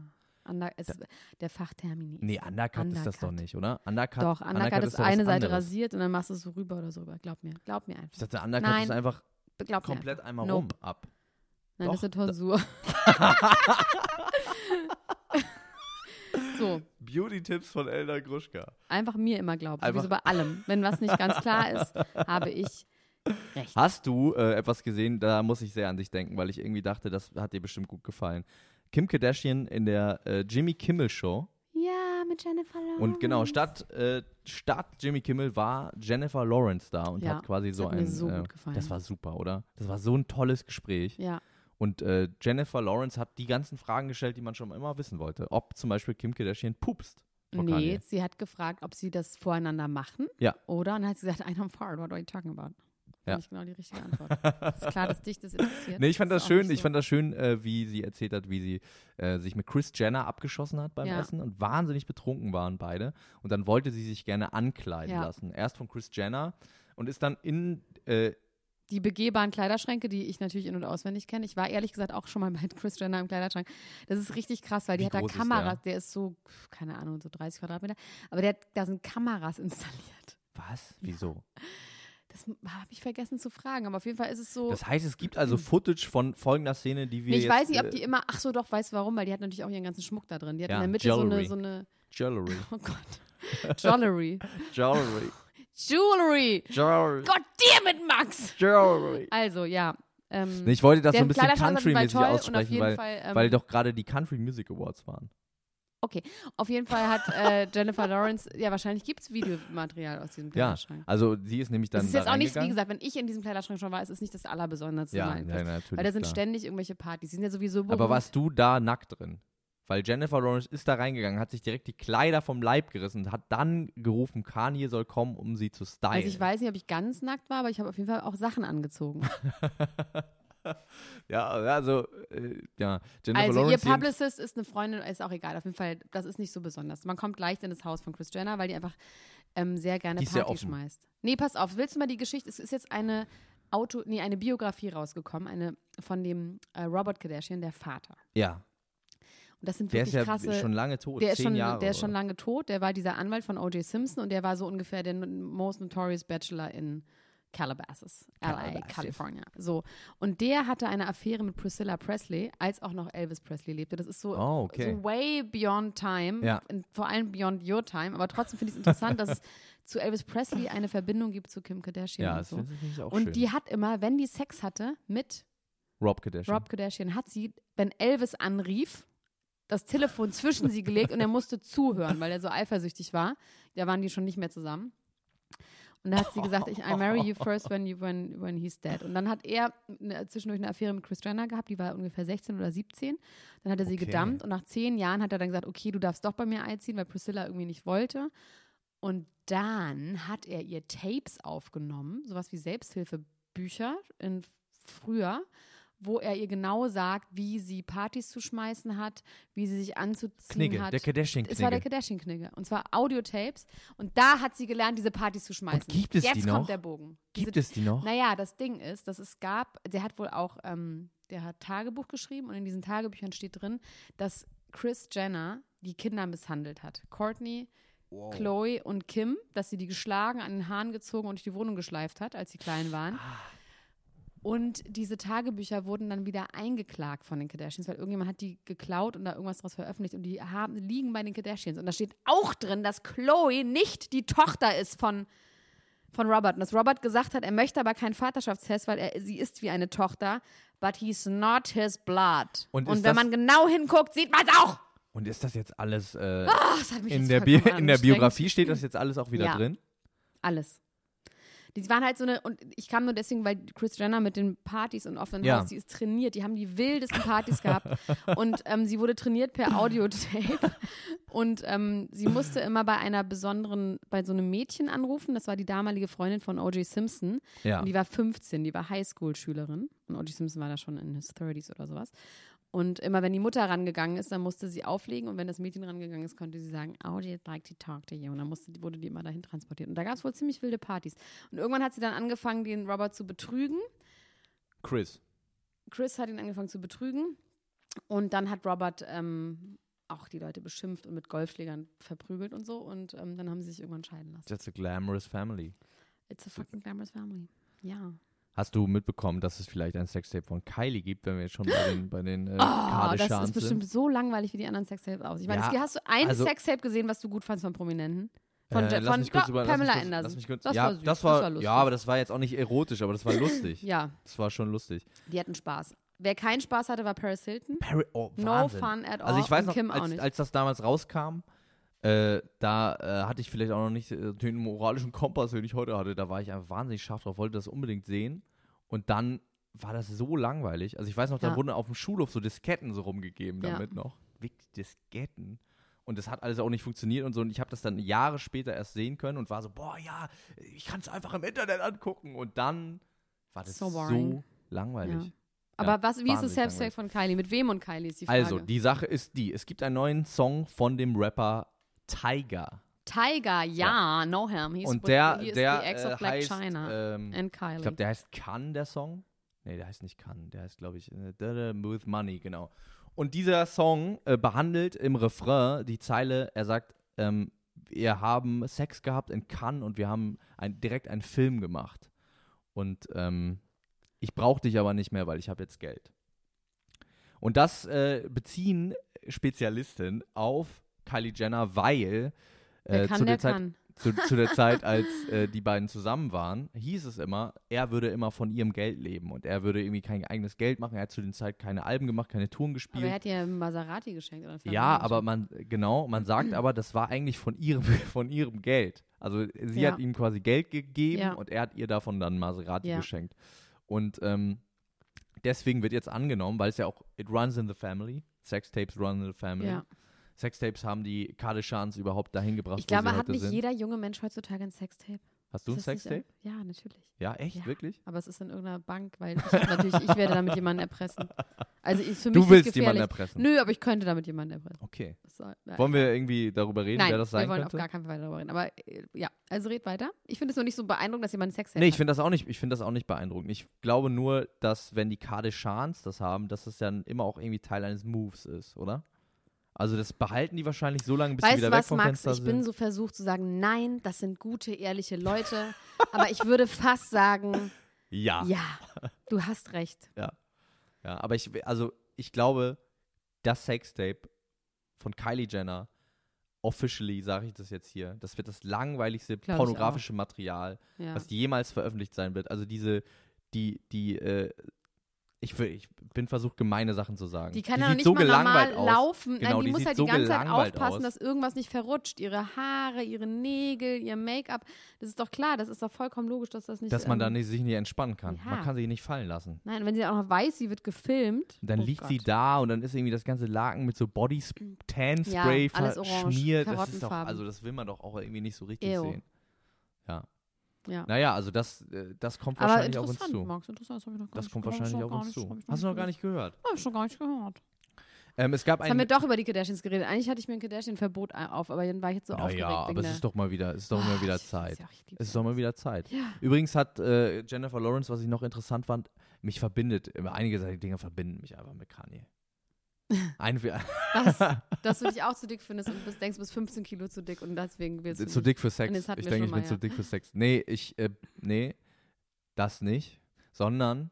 S1: Under, es, der Fachtermini. ist-
S2: Nee, Undercut, ist das doch
S1: Undercut.
S2: nicht, oder? Undercut,
S1: Doch, Undercut, ist
S2: doch was
S1: eine Seite
S2: anderes.
S1: rasiert und dann machst du es so rüber oder so rüber. Glaub mir, glaub mir
S2: Ich
S1: einfach.
S2: dachte, Undercut
S1: Nein.
S2: ist einfach
S1: Glaub mir
S2: komplett
S1: einfach.
S2: einmal
S1: Nope.
S2: rum ab.
S1: Nein,
S2: Doch,
S1: das ist eine Tonsur. so,
S2: Beauty-Tipps von Elna Gruschka.
S1: einfach mir immer glauben.
S2: Einfach-
S1: Sowieso bei allem. Wenn was nicht ganz klar ist, habe ich recht.
S2: Hast du äh, etwas gesehen? Da muss ich sehr an dich denken, weil ich irgendwie dachte, das hat dir bestimmt gut gefallen. Kim Kardashian in der äh, Jimmy Kimmel Show.
S1: Ja, mit Jennifer Lawrence.
S2: Und genau, statt, äh, statt Jimmy Kimmel war Jennifer Lawrence da und
S1: Ja,
S2: hat quasi
S1: das
S2: so
S1: hat
S2: ein.
S1: mir so
S2: äh,
S1: gut gefallen.
S2: Das war super, oder? Das war so ein tolles Gespräch.
S1: Ah, Ja,
S2: Und äh, Jennifer Lawrence hat die ganzen Fragen gestellt, die man schon immer wissen wollte. Ob zum Beispiel Kim Kardashian pupst. vor
S1: nee,
S2: Kanye.
S1: sie hat gefragt, ob sie das voreinander machen.
S2: Ja.
S1: Oder? Und dann hat sie gesagt, I don't fart, what are you talking about?
S2: Ja.
S1: Finde ich genau die richtige Antwort. ist klar, dass dich das interessiert.
S2: Nee, ich fand das
S1: Ist auch
S2: schön.
S1: nicht
S2: Ich
S1: so.
S2: fand das schön, äh, wie sie erzählt hat, wie sie äh, sich mit Chris Jenner abgeschossen hat beim
S1: Ja.
S2: Essen und wahnsinnig betrunken waren beide. Und dann wollte sie sich gerne ankleiden
S1: Ja.
S2: lassen. Erst von Chris Jenner und ist dann in äh,
S1: die begehbaren Kleiderschränke, die ich natürlich in- und auswendig kenne. Ich war ehrlich gesagt auch schon mal bei Chris Jenner im Kleiderschrank. Das ist richtig krass, weil die
S2: Wie
S1: hat da
S2: groß ist
S1: Kameras,
S2: der?
S1: der? ist so, keine Ahnung, so 30 Quadratmeter, aber der, hat- da sind Kameras installiert.
S2: was? Wieso?
S1: Das habe ich vergessen zu fragen, aber auf jeden Fall ist es so.
S2: Das heißt, es gibt also Footage von folgender Szene, die wir
S1: Nee, ich
S2: jetzt,
S1: weiß nicht, ob die
S2: äh,
S1: immer, ach so, doch, weiß warum, weil die hat natürlich auch ihren ganzen Schmuck da drin. Die hat
S2: Ja,
S1: in der Mitte
S2: Jewelry.
S1: so eine,
S2: Jewelry,
S1: so eine, oh Gott, Jewelry.
S2: Jewelry,
S1: Jewelry!
S2: Jewelry,
S1: Gott, dir mit Max!
S2: Jewelry.
S1: Also, ja. Ähm,
S2: Nee, ich wollte das
S1: der
S2: so ein bisschen
S1: Kleiderschrank ist auf jeden Fall
S2: Country-mäßig
S1: toll und auf
S2: aussprechen,
S1: jeden
S2: weil,
S1: Fall, ähm,
S2: weil doch gerade die Country Music Awards waren.
S1: Auf jeden Fall hat äh, Jennifer Lawrence, ja, wahrscheinlich gibt es Videomaterial aus diesem
S2: Ja,
S1: Kleiderschrank.
S2: also sie ist nämlich dann
S1: es ist
S2: da
S1: jetzt auch nicht, wie
S2: reingegangen.
S1: gesagt, wenn ich in diesem Kleiderschrank schon war, es ist nicht das Allerbesonderste.
S2: ja,
S1: mal
S2: nein,
S1: etwas.
S2: nein, natürlich.
S1: Weil da sind
S2: klar.
S1: ständig irgendwelche Partys. Die sind ja sowieso
S2: Aber
S1: berühmt.
S2: warst du da nackt drin? Weil Jennifer Lawrence ist da reingegangen, hat sich direkt die Kleider vom Leib gerissen und hat dann gerufen, Kanye soll kommen, um sie zu stylen.
S1: Also ich weiß nicht, ob ich ganz nackt war, aber ich habe auf jeden Fall auch Sachen angezogen.
S2: Ja, also, äh, ja. Jennifer
S1: Also ihr
S2: Lawrence jeden-
S1: Publicist ist eine Freundin, ist auch egal. Auf jeden Fall, das ist nicht so besonders. Man kommt leicht in das Haus von Chris Jenner, weil die einfach ähm, sehr gerne
S2: Die ist
S1: Party
S2: sehr offen.
S1: schmeißt. Nee, pass auf, willst du mal die Geschichte? Es ist jetzt eine Auto, nee, eine Biografie rausgekommen, eine von dem äh, Robert Kardashian, der Vater.
S2: Ja,
S1: Und das sind
S2: der ist
S1: wirklich
S2: ja
S1: krasse.
S2: schon lange tot.
S1: der ist
S2: zehn
S1: schon,
S2: Jahre.
S1: der ist schon
S2: oder?
S1: lange tot. Der war dieser Anwalt von O.J. Simpson und der war so ungefähr der most notorious Bachelor in Calabasas, LA,
S2: Calabasas.
S1: California. So. Und der hatte eine Affäre mit Priscilla Presley, als auch noch Elvis Presley lebte. Das ist so,
S2: Oh, okay.
S1: so way beyond time,
S2: Ja.
S1: und vor allem beyond your time. Aber trotzdem finde ich es interessant, dass es zu Elvis Presley eine Verbindung gibt zu Kim Kardashian.
S2: Ja,
S1: und
S2: das
S1: so.
S2: finde ich auch
S1: Und
S2: schön.
S1: die hat immer, wenn die Sex hatte mit
S2: Rob Kardashian.
S1: Rob Kardashian hat sie, wenn Elvis anrief, das Telefon zwischen sie gelegt und er musste zuhören, weil er so eifersüchtig war. Da waren die schon nicht mehr zusammen. Und da hat sie gesagt, ich I marry you first when you when, when he's dead. Und dann hat er ne, zwischendurch eine Affäre mit Chris Jenner gehabt, die war ungefähr 16 oder 17. Dann hat er sie
S2: Okay.
S1: gedammt und nach zehn Jahren hat er dann gesagt, okay, du darfst doch bei mir einziehen, weil Priscilla irgendwie nicht wollte. Und dann hat er ihr Tapes aufgenommen, sowas wie Selbsthilfebücher in früher, wo er ihr genau sagt, wie sie Partys zu schmeißen hat, wie sie sich anzuziehen
S2: Knigge,
S1: hat.
S2: der Kardashian-Knigge.
S1: es war der Kardashian-Knigge. Und zwar Audiotapes. Und da hat sie gelernt, diese Partys zu schmeißen.
S2: Und gibt es die
S1: Jetzt
S2: noch?
S1: kommt der Bogen.
S2: Gibt
S1: diese,
S2: es die noch?
S1: Naja, das Ding ist, dass es gab, der hat wohl auch, ähm, der hat Tagebuch geschrieben und in diesen Tagebüchern steht drin, dass Chris Jenner die Kinder misshandelt hat. Courtney, Chloe und Kim, dass sie die geschlagen, an den Haaren gezogen und durch die Wohnung geschleift hat, als sie klein waren. Und diese Tagebücher wurden dann wieder eingeklagt von den Kardashians, weil irgendjemand hat die geklaut und da irgendwas draus veröffentlicht und die haben, liegen bei den Kardashians. Und da steht auch drin, dass Chloe nicht die Tochter ist von, von Robert. Und dass Robert gesagt hat, er möchte aber keinen Vaterschaftstest, weil er, sie ist wie eine Tochter, but he's not his blood.
S2: Und
S1: Und,
S2: ist
S1: wenn
S2: das-
S1: man genau hinguckt, sieht man es auch.
S2: Und ist das jetzt alles äh,
S1: Das hat mich
S2: in,
S1: Ah, jetzt
S2: der Bi
S1: vollkommen
S2: in der
S1: angestrengt.
S2: Biografie steht das jetzt alles auch wieder
S1: Ja.
S2: drin?
S1: Alles. Die waren halt so eine, und ich kam nur deswegen, weil Chris Jenner mit den Partys und offenen
S2: Ja.
S1: Haus, die ist trainiert, die haben die wildesten Partys gehabt. Und ähm, sie wurde trainiert per Audiotape. Und ähm, sie musste immer bei einer besonderen, bei so einem Mädchen anrufen, das war die damalige Freundin von O.J. Simpson.
S2: Ja.
S1: Und die war 15, die war Highschool-Schülerin. Und O.J. Simpson war da schon in his 30s oder sowas. Und immer wenn die Mutter rangegangen ist, dann musste sie auflegen und wenn das Mädchen rangegangen ist, konnte sie sagen, oh, I'd like to talk to you. Und dann musste, wurde die immer dahin transportiert. Und da gab es wohl ziemlich wilde Partys. Und irgendwann hat sie dann angefangen, den Robert zu betrügen.
S2: Chris.
S1: Chris hat ihn angefangen zu betrügen. Und dann hat Robert ähm, auch die Leute beschimpft und mit Golfschlägern verprügelt und so. Und ähm, dann haben sie sich irgendwann scheiden lassen.
S2: That's a glamorous family.
S1: It's a fucking glamorous family. Ja.
S2: Hast du mitbekommen, dass es vielleicht ein Sextape von Kylie gibt, wenn wir jetzt schon bei den, bei den äh,
S1: Oh, das
S2: Kardashians
S1: ist bestimmt
S2: sind?
S1: so langweilig wie die anderen Sextapes aus. Ich meine,
S2: Ja,
S1: es- hast du ein
S2: also-
S1: Sextape gesehen, was du gut fandst von Prominenten? Von,
S2: äh,
S1: Je-
S2: lass
S1: von
S2: mich kurz
S1: doch,
S2: über, lass mich
S1: Pamela
S2: kurz,
S1: Anderson.
S2: Lass mich kurz,
S1: das,
S2: ja,
S1: war süß,
S2: das war
S1: lustig.
S2: Ja, aber das war jetzt auch nicht erotisch, aber das war lustig.
S1: Ja,
S2: Das war schon lustig.
S1: die hatten Spaß. Wer keinen Spaß hatte, war Paris Hilton.
S2: Perry, oh,
S1: No
S2: Wahnsinn.
S1: fun at all
S2: Also ich weiß
S1: und
S2: noch,
S1: Kim auch
S2: als,
S1: nicht.
S2: als das damals rauskam, äh, da äh, hatte ich vielleicht auch noch nicht äh, den moralischen Kompass, den ich heute hatte. Da war ich einfach wahnsinnig scharf drauf, wollte das unbedingt sehen. Und dann war das so langweilig. Also ich weiß noch, da
S1: Ja.
S2: wurden auf dem Schulhof so Disketten so rumgegeben
S1: Ja.
S2: damit noch. Wirklich Disketten. Und das hat alles auch nicht funktioniert und so. Und ich habe das dann Jahre später erst sehen können und war so, boah, ja, ich kann es einfach im Internet angucken. Und dann war das
S1: So
S2: so,
S1: boring.
S2: langweilig.
S1: Ja. Aber was, wie ist
S2: wahnsinnig
S1: das Selbsttape von Kylie? Mit wem und Kylie ist die Frage?
S2: Also, die Sache ist die: Es gibt einen neuen Song von dem Rapper Tiger.
S1: Tiger, ja, know him. He's
S2: und
S1: with-
S2: der,
S1: he is
S2: der
S1: the ex
S2: äh,
S1: of Black
S2: heißt,
S1: China
S2: ähm,
S1: and
S2: ich
S1: Kylie.
S2: glaube, der heißt Kann, der Song. Nee, der heißt nicht Kann, der heißt, glaube ich, äh, da, da, With Money, genau. Und dieser Song äh, behandelt im Refrain die Zeile, er sagt, ähm, wir haben Sex gehabt in Cannes und wir haben ein, direkt einen Film gemacht. Und ähm, ich brauche dich aber nicht mehr, weil ich habe jetzt Geld. Und das äh, beziehen Spezialisten auf Kylie Jenner, weil
S1: der
S2: äh,
S1: kann,
S2: zu
S1: der
S2: der Zeit,
S1: kann.
S2: zu, zu der Zeit, als äh, die beiden zusammen waren, hieß es immer, er würde immer von ihrem Geld leben und er würde irgendwie kein eigenes Geld machen. Er hat zu den Zeit keine Alben gemacht, keine Touren
S1: Aber er
S2: gespielt.
S1: hat ihr einen Maserati geschenkt. Oder einen
S2: ja,
S1: Ferrari
S2: aber
S1: geschenkt.
S2: man, genau, man sagt aber, das war eigentlich von ihrem, von ihrem Geld. Also sie
S1: Ja.
S2: hat ihm quasi Geld gegeben
S1: Ja.
S2: und er hat ihr davon dann Maserati
S1: Ja.
S2: geschenkt. Und ähm, deswegen wird jetzt angenommen, weil es ja auch, it runs in the family. Sextapes run in the family.
S1: Ja.
S2: Sextapes haben die Kardashians überhaupt dahin gebracht,
S1: Ich glaube,
S2: wo sie
S1: hat
S2: heute
S1: nicht
S2: sind.
S1: jeder junge Mensch heutzutage ein Sextape?
S2: Hast du ein
S1: Ist das nicht
S2: Sextape?
S1: ein- Ja, natürlich.
S2: Ja, echt?
S1: Ja.
S2: Wirklich?
S1: Aber es ist in irgendeiner Bank, weil ich, hab natürlich, ich werde damit jemanden erpressen. Also ich, für mich
S2: Du
S1: ist
S2: willst
S1: gefährlich.
S2: jemanden erpressen.
S1: Nö, aber ich könnte damit jemanden erpressen.
S2: Okay.
S1: Das soll- ja.
S2: Wollen wir irgendwie darüber reden,
S1: Nein,
S2: wer das sein
S1: wir wollen
S2: könnte?
S1: auf gar keinen Fall darüber reden. Aber äh, ja, also red weiter. Ich finde es nur nicht so beeindruckend, dass jemand Sex hat.
S2: Nee, ich finde das auch nicht, ich finde das auch nicht beeindruckend. Ich glaube nur, dass wenn die Kardashans das haben, dass es dann immer auch irgendwie Teil eines Moves ist, oder? Also das behalten die wahrscheinlich so lange, bis sie
S1: Weißt
S2: wieder
S1: du
S2: weg
S1: was,
S2: vom
S1: Max?
S2: Fenster
S1: Ich bin
S2: sind.
S1: so versucht zu sagen, nein, das sind gute, ehrliche Leute. aber ich würde fast sagen,
S2: ja. ja.
S1: ja, du hast recht.
S2: aber ich also ich glaube, das Sextape von Kylie Jenner officially sage ich das jetzt hier, das wird das langweiligste
S1: Glaub ich
S2: pornografische Material,
S1: Ja.
S2: was jemals veröffentlicht sein wird. Also diese die die äh, ich, will- ich bin versucht gemeine Sachen zu sagen.
S1: Die kann
S2: die
S1: ja
S2: sieht
S1: noch nicht
S2: so
S1: mal normal
S2: gelangweilt aus.
S1: laufen.
S2: Genau,
S1: Nein, die,
S2: die
S1: muss
S2: sieht
S1: halt
S2: so
S1: die ganze Zeit
S2: gelangweilt
S1: aufpassen,
S2: aus.
S1: dass irgendwas nicht verrutscht. Ihre Haare, ihre Nägel, ihr Make-up. Das ist doch klar, das ist doch vollkommen logisch, dass das nicht
S2: Dass man
S1: ähm,
S2: da nicht, sich nicht entspannen kann. Man
S1: ja.
S2: kann sich nicht fallen lassen.
S1: Nein, und wenn sie dann auch noch weiß, sie wird gefilmt.
S2: Und dann
S1: oh
S2: liegt
S1: Gott. Mm.
S2: sie da und dann ist irgendwie das ganze Laken mit so Body Sp- Tan
S1: Ja,
S2: Spray
S1: alles orange,
S2: verschmiert. Das ist doch,
S1: Karottenfarben.
S2: also das will man doch auch irgendwie nicht so richtig
S1: Ew.
S2: sehen. Ja.
S1: Ja.
S2: Naja, also das, äh, das kommt
S1: Aber
S2: wahrscheinlich auf uns
S1: interessant,
S2: zu.
S1: Max, interessant, das habe ich noch gar
S2: Das
S1: nicht
S2: kommt
S1: hab ich
S2: wahrscheinlich
S1: noch
S2: auf
S1: gar
S2: uns
S1: nicht- hab
S2: zu.
S1: ich noch
S2: Hast du noch gar
S1: gewusst.
S2: nicht gehört?
S1: Hab ich noch gar nicht gehört.
S2: Ähm, es gab
S1: Jetzt haben wir
S2: einen.
S1: doch über die Kardashians geredet. Eigentlich hatte ich mir ein Kardashian-Verbot ein- auf, aber dann war ich jetzt so aufgeregt.
S2: Naja,
S1: wegen
S2: aber es
S1: der-
S2: ist doch mal wieder, es ist doch mal
S1: Ah,
S2: wieder
S1: ich-
S2: Zeit.
S1: ja, ich lieb's
S2: Es ist doch mal wieder Zeit.
S1: Ja.
S2: Übrigens hat äh, Jennifer Lawrence, was ich noch interessant fand, mich verbindet. Einige solche Dinge verbinden mich einfach mit Kanye. Ein,
S1: Das, dass du dich auch zu dick findest und bist, denkst, du bist 15 Kilo zu dick und deswegen willst du
S2: zu
S1: nicht.
S2: dick für
S1: Und
S2: Sex.
S1: das hatten
S2: Ich
S1: wir
S2: denke,
S1: schon
S2: ich
S1: mal,
S2: bin zu
S1: ja.
S2: dick für Sex. Nee, ich, äh, nee, das nicht. Sondern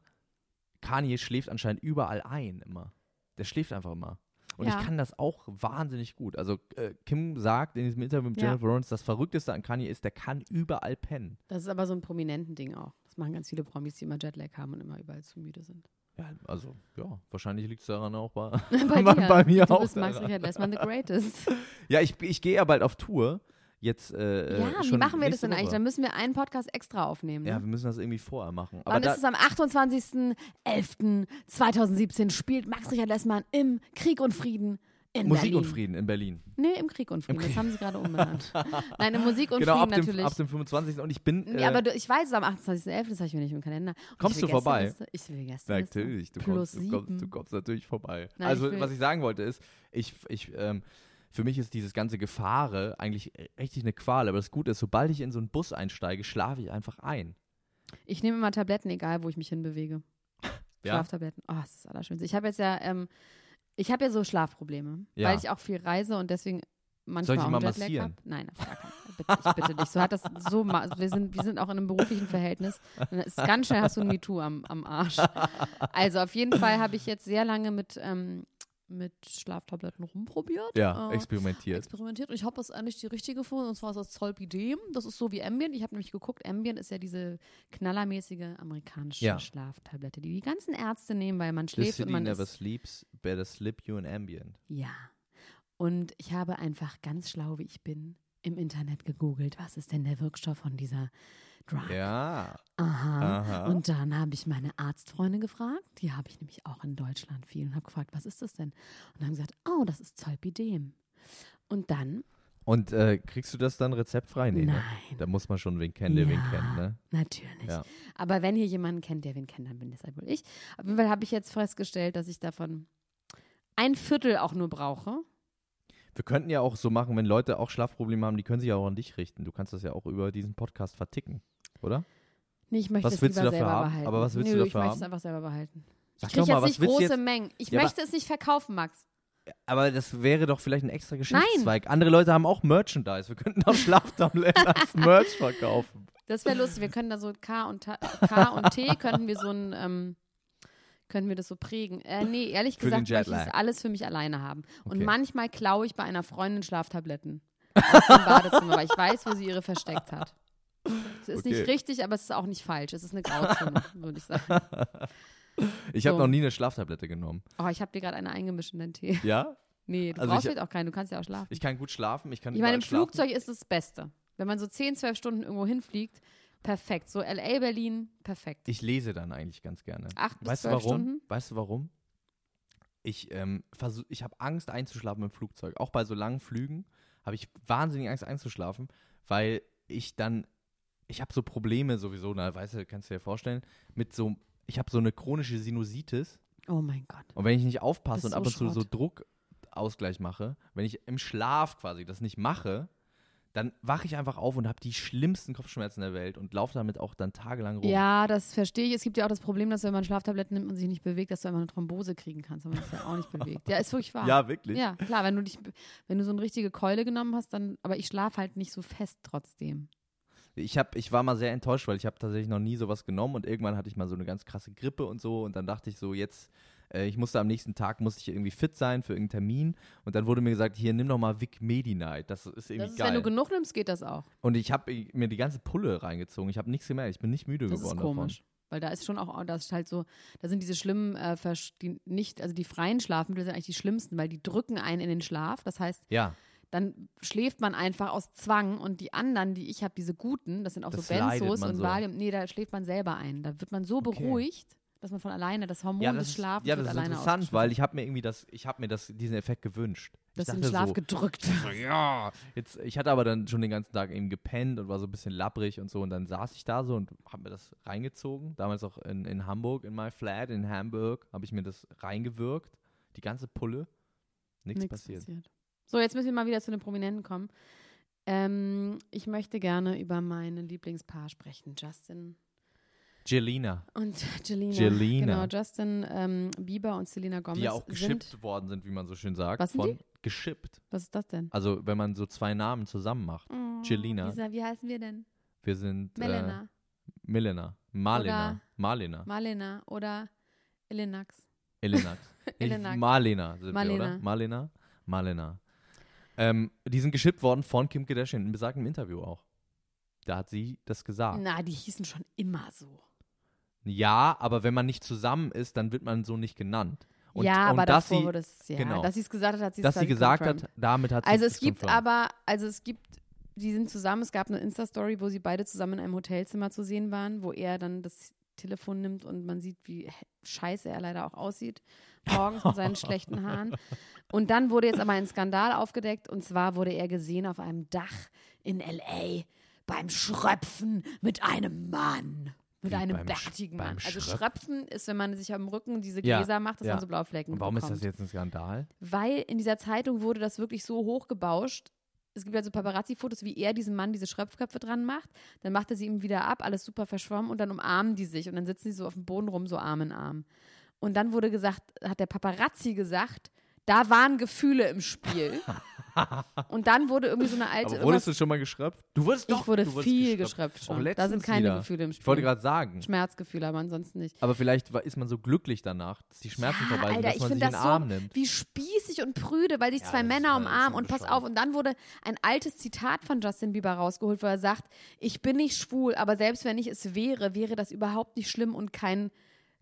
S2: Kanye schläft anscheinend überall ein immer. Der schläft einfach immer. Und
S1: Ja.
S2: ich kann das auch wahnsinnig gut. Also äh, Kim sagt in diesem Interview mit
S1: Ja.
S2: Jennifer Lawrence, das Verrückteste an Kanye ist, der kann überall pennen.
S1: Das ist aber so ein prominenten Ding auch. Das machen ganz viele Promis, die immer Jetlag haben und immer überall zu müde sind.
S2: Ja, also ja, wahrscheinlich liegt es daran auch bei,
S1: Bei,
S2: bei,
S1: dir.
S2: bei mir
S1: du
S2: auch.
S1: bist Max
S2: daran.
S1: Richard Lessmann the greatest.
S2: Ja, ich, ich gehe ja bald auf Tour. Jetzt, äh, äh,
S1: ja, wie
S2: schon
S1: machen wir das
S2: nächste
S1: denn eigentlich?
S2: Woche.
S1: Dann müssen wir einen Podcast extra aufnehmen. Ne?
S2: Ja, wir müssen das irgendwie vorher machen. Aber
S1: Wann
S2: da,
S1: ist es am 28.11.2017 spielt Max Richard Lessmann im Krieg und Frieden in
S2: Musik
S1: Berlin.
S2: und Frieden in Berlin.
S1: Nee, im Krieg und Frieden. Das haben sie gerade umbenannt. Nein, im Musik und
S2: genau,
S1: Frieden
S2: ab dem,
S1: natürlich.
S2: ab dem 25. Und ich bin.
S1: Nee,
S2: Äh,
S1: aber du, ich weiß es am 28.11., das habe ich mir nicht im Kalender. Und
S2: Kommst
S1: ich will
S2: du vorbei?
S1: Gästeliste- Ich will gestern.
S2: natürlich, du
S1: plus
S2: kommst, du, kommst, du
S1: sieben.
S2: kommst natürlich vorbei.
S1: Nein, ich
S2: also,
S1: will-
S2: was ich sagen wollte, ist, ich. ich ähm, für mich ist dieses ganze Gefahre eigentlich richtig eine Qual, aber das Gute ist, sobald ich in so einen Bus einsteige, schlafe ich einfach ein.
S1: Ich nehme immer Tabletten, egal wo ich mich hinbewege.
S2: Ja?
S1: Schlaftabletten. Oh, das ist das Allerschönste. Ich habe jetzt ja, ähm, ich habe ja so Schlafprobleme,
S2: Ja.
S1: weil ich auch viel reise und deswegen
S2: Soll
S1: manchmal
S2: ich
S1: auch
S2: dich mal
S1: einen Jetlag
S2: massieren?
S1: hab. Nein, auf gar keinen Fall. Bitte, ich bitte dich. So hat das so ma- wir sind wir sind auch in einem beruflichen Verhältnis. Dann ist ganz schnell hast du ein MeToo am, am Arsch. Also auf jeden Fall habe ich jetzt sehr lange mit ähm, mit Schlaftabletten rumprobiert.
S2: Ja,
S1: Äh,
S2: experimentiert.
S1: experimentiert und ich habe das eigentlich die richtige gefunden und zwar ist das Zolpidem. Das ist so wie Ambien. Ich habe nämlich geguckt, Ambien ist ja diese knallermäßige amerikanische
S2: Ja.
S1: Schlaftablette, die die ganzen Ärzte nehmen, weil man
S2: The
S1: schläft
S2: city
S1: und man
S2: never
S1: ist,
S2: sleeps, better slip you an ambient.
S1: ja. Und ich habe einfach ganz schlau, wie ich bin, im Internet gegoogelt, was ist denn der Wirkstoff von dieser Drug?
S2: Ja.
S1: Aha.
S2: Aha.
S1: Und dann habe ich meine Arztfreunde gefragt, die habe ich nämlich auch in Deutschland viel und habe gefragt, was ist das denn? Und haben gesagt, oh, das ist Zolpidem. Und dann
S2: Und äh, kriegst du das dann rezeptfrei? Nee, Ne?
S1: Nein.
S2: Da muss man schon wen kennen, der wen
S1: Ja.
S2: kennt, ne?
S1: Natürlich.
S2: Ja.
S1: Aber wenn hier jemanden kennt, der wen kennt, dann bin das halt wohl ich. Auf jeden Fall habe ich jetzt festgestellt, dass ich davon ein Viertel auch nur brauche.
S2: Wir könnten ja auch so machen, wenn Leute auch Schlafprobleme haben, die können sich ja auch an dich richten. Du kannst das ja auch über diesen Podcast verticken, oder?
S1: Nee, ich möchte
S2: Was
S1: es
S2: willst du
S1: lieber
S2: dafür
S1: selber
S2: haben?
S1: behalten.
S2: Aber was willst
S1: Nö,
S2: du
S1: ich
S2: dafür
S1: möchte es
S2: haben?
S1: einfach selber behalten.
S2: Sag
S1: ich kriege
S2: doch mal,
S1: jetzt
S2: was
S1: nicht
S2: willst du
S1: große
S2: jetzt?
S1: Mengen. Ich
S2: Ja, aber-
S1: möchte es nicht verkaufen, Max.
S2: Aber das wäre doch vielleicht ein extra Geschäftszweig. Andere Leute haben auch Merchandise. Wir könnten auch Schlaftabletten als Merch verkaufen.
S1: Das wäre lustig. Wir können da so K und, Ta K und T, könnten wir so ein, ähm, können wir das so prägen. Äh, nee, ehrlich
S2: Für den
S1: gesagt möchte ich das
S2: Jetlag.
S1: alles für mich alleine haben. Und
S2: Okay.
S1: manchmal klaue ich bei einer Freundin Schlaftabletten aus dem Badezimmer, weil ich weiß, wo sie ihre versteckt hat. Es ist nicht
S2: Okay.
S1: richtig, aber es ist auch nicht falsch. Es ist eine Grauzone, würde ich sagen.
S2: Ich habe
S1: So.
S2: noch nie eine Schlaftablette genommen.
S1: Oh, ich habe dir gerade eine eingemischt in deinen Tee.
S2: Ja?
S1: Nee, du
S2: Also ich-
S1: brauchst jetzt auch keine, du kannst ja auch schlafen.
S2: Ich kann gut schlafen. Ich kann
S1: Ich meine, im
S2: überall schlafen.
S1: Flugzeug ist das Beste. Wenn man so 10, 12 Stunden irgendwo hinfliegt, perfekt. So L.A., Berlin, perfekt.
S2: Ich lese dann eigentlich ganz gerne.
S1: Acht bis
S2: weißt du
S1: zwölf
S2: warum?
S1: Stunden?
S2: Weißt du warum? Ich, ähm, versuch, ich habe Angst einzuschlafen im Flugzeug. Auch bei so langen Flügen habe ich wahnsinnig Angst einzuschlafen, weil ich dann ich habe so Probleme sowieso, na, weißt du, kannst du dir vorstellen, mit so, ich habe so eine chronische Sinusitis.
S1: Oh mein Gott.
S2: Und wenn ich nicht aufpasse
S1: Das
S2: und
S1: ist
S2: ab und
S1: so
S2: zu so
S1: Schrott.
S2: Druckausgleich mache, wenn ich im Schlaf quasi das nicht mache, dann wache ich einfach auf und habe die schlimmsten Kopfschmerzen der Welt und laufe damit auch dann tagelang rum.
S1: Ja, das verstehe ich. Es gibt ja auch das Problem, dass wenn man Schlaftabletten nimmt und sich nicht bewegt, dass du einfach eine Thrombose kriegen kannst, wenn man sich ja auch nicht bewegt. Ja, ist wirklich wahr.
S2: Ja, wirklich.
S1: Ja, klar, wenn du dich, wenn du so eine richtige Keule genommen hast, dann, aber ich schlafe halt nicht so fest trotzdem.
S2: Ich, hab, ich war mal sehr enttäuscht, weil ich habe tatsächlich noch nie sowas genommen und irgendwann hatte ich mal so eine ganz krasse Grippe und so und dann dachte ich so, jetzt, äh, ich musste am nächsten Tag, musste ich irgendwie fit sein für irgendeinen Termin und dann wurde mir gesagt, hier, nimm doch mal Vic Medi Night, das ist irgendwie
S1: Das ist,
S2: geil.
S1: wenn du genug nimmst, geht das auch.
S2: und ich habe mir die ganze Pulle reingezogen, ich habe nichts gemerkt, ich bin nicht müde
S1: Das ist
S2: geworden
S1: komisch. Weil da ist schon auch, das ist halt so, da sind diese schlimmen, äh, Versch- die nicht, also die freien Schlafmittel sind eigentlich die schlimmsten, weil die drücken einen in den Schlaf. Das heißt,
S2: davon. Ja,
S1: dann schläft man einfach aus Zwang und die anderen, die ich habe, diese guten, das sind auch
S2: Das
S1: so
S2: leidet
S1: Benzos
S2: man
S1: und
S2: so.
S1: Valium, nee, da schläft man selber ein. Da wird man so
S2: Okay.
S1: beruhigt, dass man von alleine, das Hormon
S2: ja,
S1: des
S2: das ist,
S1: Schlafens
S2: ja, das
S1: wird
S2: ist
S1: alleine
S2: interessant, weil ich habe mir irgendwie das, ich habe mir das, diesen Effekt gewünscht. ich
S1: dass du
S2: dachte
S1: in den Schlaf
S2: so,
S1: gedrückt
S2: So, ja, jetzt, ich hatte aber dann schon den ganzen Tag eben gepennt und war so ein bisschen labbrig und so. Und dann saß ich da so und habe mir das reingezogen. Damals auch in, in Hamburg, in my flat, in Hamburg, habe ich mir das reingewirkt. Die ganze Pulle. Nichts
S1: Nix
S2: passiert.
S1: So, jetzt müssen wir mal wieder zu den Prominenten kommen. Ähm, ich möchte gerne über mein Lieblingspaar sprechen, Justin
S2: Jelena,
S1: und Jelena.
S2: Jelena.
S1: Genau, Justin ähm, Bieber und Selena Gomez
S2: die ja auch
S1: sind.
S2: geschippt worden sind, wie man so schön sagt.
S1: Was sind
S2: von geschippt.
S1: Was ist das denn?
S2: Also, wenn man so zwei Namen zusammen macht. Jelena.
S1: Oh, Lisa, wie heißen wir denn?
S2: Wir sind
S1: Melena,
S2: Äh, Milena. Marlena. Marlena.
S1: Marlena oder Elenax.
S2: Elenax.
S1: Elenax.
S2: Marlena sind
S1: Marlena.
S2: wir, oder? Marlena. Marlena. Ähm, die sind geschippt worden von Kim Kardashian im besagten Interview auch. Da hat sie das gesagt.
S1: Na, die hießen schon immer so.
S2: Ja, aber wenn man nicht zusammen ist, dann wird man so nicht genannt. Und,
S1: ja,
S2: und
S1: aber
S2: dass
S1: davor
S2: sie,
S1: wurde es, ja,
S2: genau.
S1: dass sie es gesagt hat, hat sie es
S2: dass sie
S1: quasi
S2: gesagt
S1: confirmed.
S2: hat, damit hat sie
S1: Also
S2: es
S1: es gibt
S2: confirmed.
S1: aber, also es gibt, die sind zusammen, es gab eine Insta-Story, wo sie beide zusammen in einem Hotelzimmer zu sehen waren, wo er dann das Telefon nimmt und man sieht, wie he- scheiße er leider auch aussieht, morgens mit seinen schlechten Haaren. Und dann wurde jetzt aber ein Skandal aufgedeckt und zwar wurde er gesehen auf einem Dach in L.A. beim Schröpfen mit einem Mann. Mit
S2: Wie,
S1: einem
S2: beim Sch-
S1: bärtigen
S2: beim
S1: Mann. Also
S2: Schröpfen?
S1: Schröpfen ist, wenn man sich am Rücken diese
S2: Ja,
S1: Gläser macht, dass
S2: ja.
S1: man so Blauflecken
S2: Und warum ist
S1: bekommt
S2: das jetzt ein Skandal?
S1: weil in dieser Zeitung wurde das wirklich so hochgebauscht. Es gibt ja so Paparazzi-Fotos, wie er diesem Mann diese Schröpfköpfe dran macht. Dann macht er sie ihm wieder ab, alles super verschwommen und dann umarmen die sich und dann sitzen die so auf dem Boden rum, so Arm in Arm. Und dann wurde gesagt, hat der Paparazzi gesagt, da waren Gefühle im Spiel. und dann wurde irgendwie so eine alte.
S2: aber wurdest du schon mal geschröpft? Du wurdest doch
S1: Also ich wurde
S2: du wurdest
S1: viel geschröpft
S2: Auch
S1: schon. Da
S2: letztens
S1: sind keine
S2: wieder.
S1: Gefühle im
S2: Ich wollte
S1: Spiel.
S2: gerade sagen.
S1: Schmerzgefühle, aber ansonsten nicht.
S2: Aber vielleicht war, ist man so glücklich danach, dass die Schmerzen
S1: Ja,
S2: vorbei sind,
S1: Alter,
S2: dass
S1: ich
S2: man sich
S1: find
S2: in den
S1: das so-
S2: Arm nimmt.
S1: wie spießig und prüde, weil sich
S2: Ja,
S1: zwei
S2: das ist
S1: Männer
S2: halt
S1: umarmen.
S2: schon
S1: Und pass
S2: bescheuert.
S1: auf, und dann wurde ein altes Zitat von Justin Bieber rausgeholt, wo er sagt, ich bin nicht schwul, aber selbst wenn ich es wäre, wäre das überhaupt nicht schlimm und kein,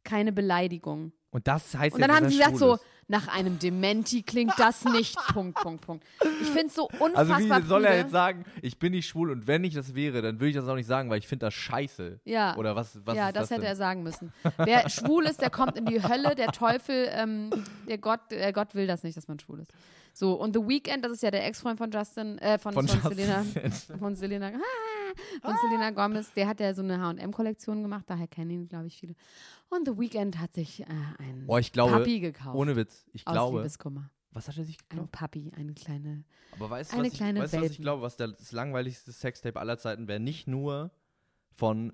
S1: keine Beleidigung.
S2: Und das heißt
S1: Und
S2: jetzt,
S1: dann haben
S2: dass
S1: sie
S2: er
S1: gesagt
S2: schwul
S1: so,
S2: ist.
S1: nach einem Dementi klingt das nicht, Punkt, Punkt, Punkt. Ich finde es so
S2: Also
S1: unfassbar ne?
S2: wie soll er
S1: prüde.
S2: jetzt sagen, ich bin nicht schwul und wenn ich das wäre, dann würde ich das auch nicht sagen, weil ich finde das scheiße.
S1: Ja.
S2: Oder was, was
S1: ja,
S2: ist
S1: das,
S2: das
S1: hätte
S2: denn?
S1: er sagen müssen. Wer schwul ist, der kommt in die Hölle. Der Teufel, ähm, der Gott, der Gott will das nicht, dass man schwul ist. So, und The Weeknd, das ist ja der Ex-Freund von Justin, äh, von, von,
S2: Justin.
S1: Selena, von Selena, ah, von Selena Gomez, der hat ja so eine H&M-Kollektion gemacht, daher kennen ihn, glaube ich, viele. Und The Weeknd hat sich äh, einen
S2: Boah, ich glaube,
S1: Papi gekauft.
S2: ohne Witz, ich
S1: aus
S2: glaube,
S1: Liebeskummer.
S2: was hat er sich
S1: Ein
S2: gekauft?
S1: Papi, eine kleine.
S2: Aber weißt du,
S1: eine
S2: was, ich,
S1: kleine
S2: weißt, du, was ich
S1: Welpen.
S2: glaube, was der, das langweiligste Sextape aller Zeiten wäre, nicht nur von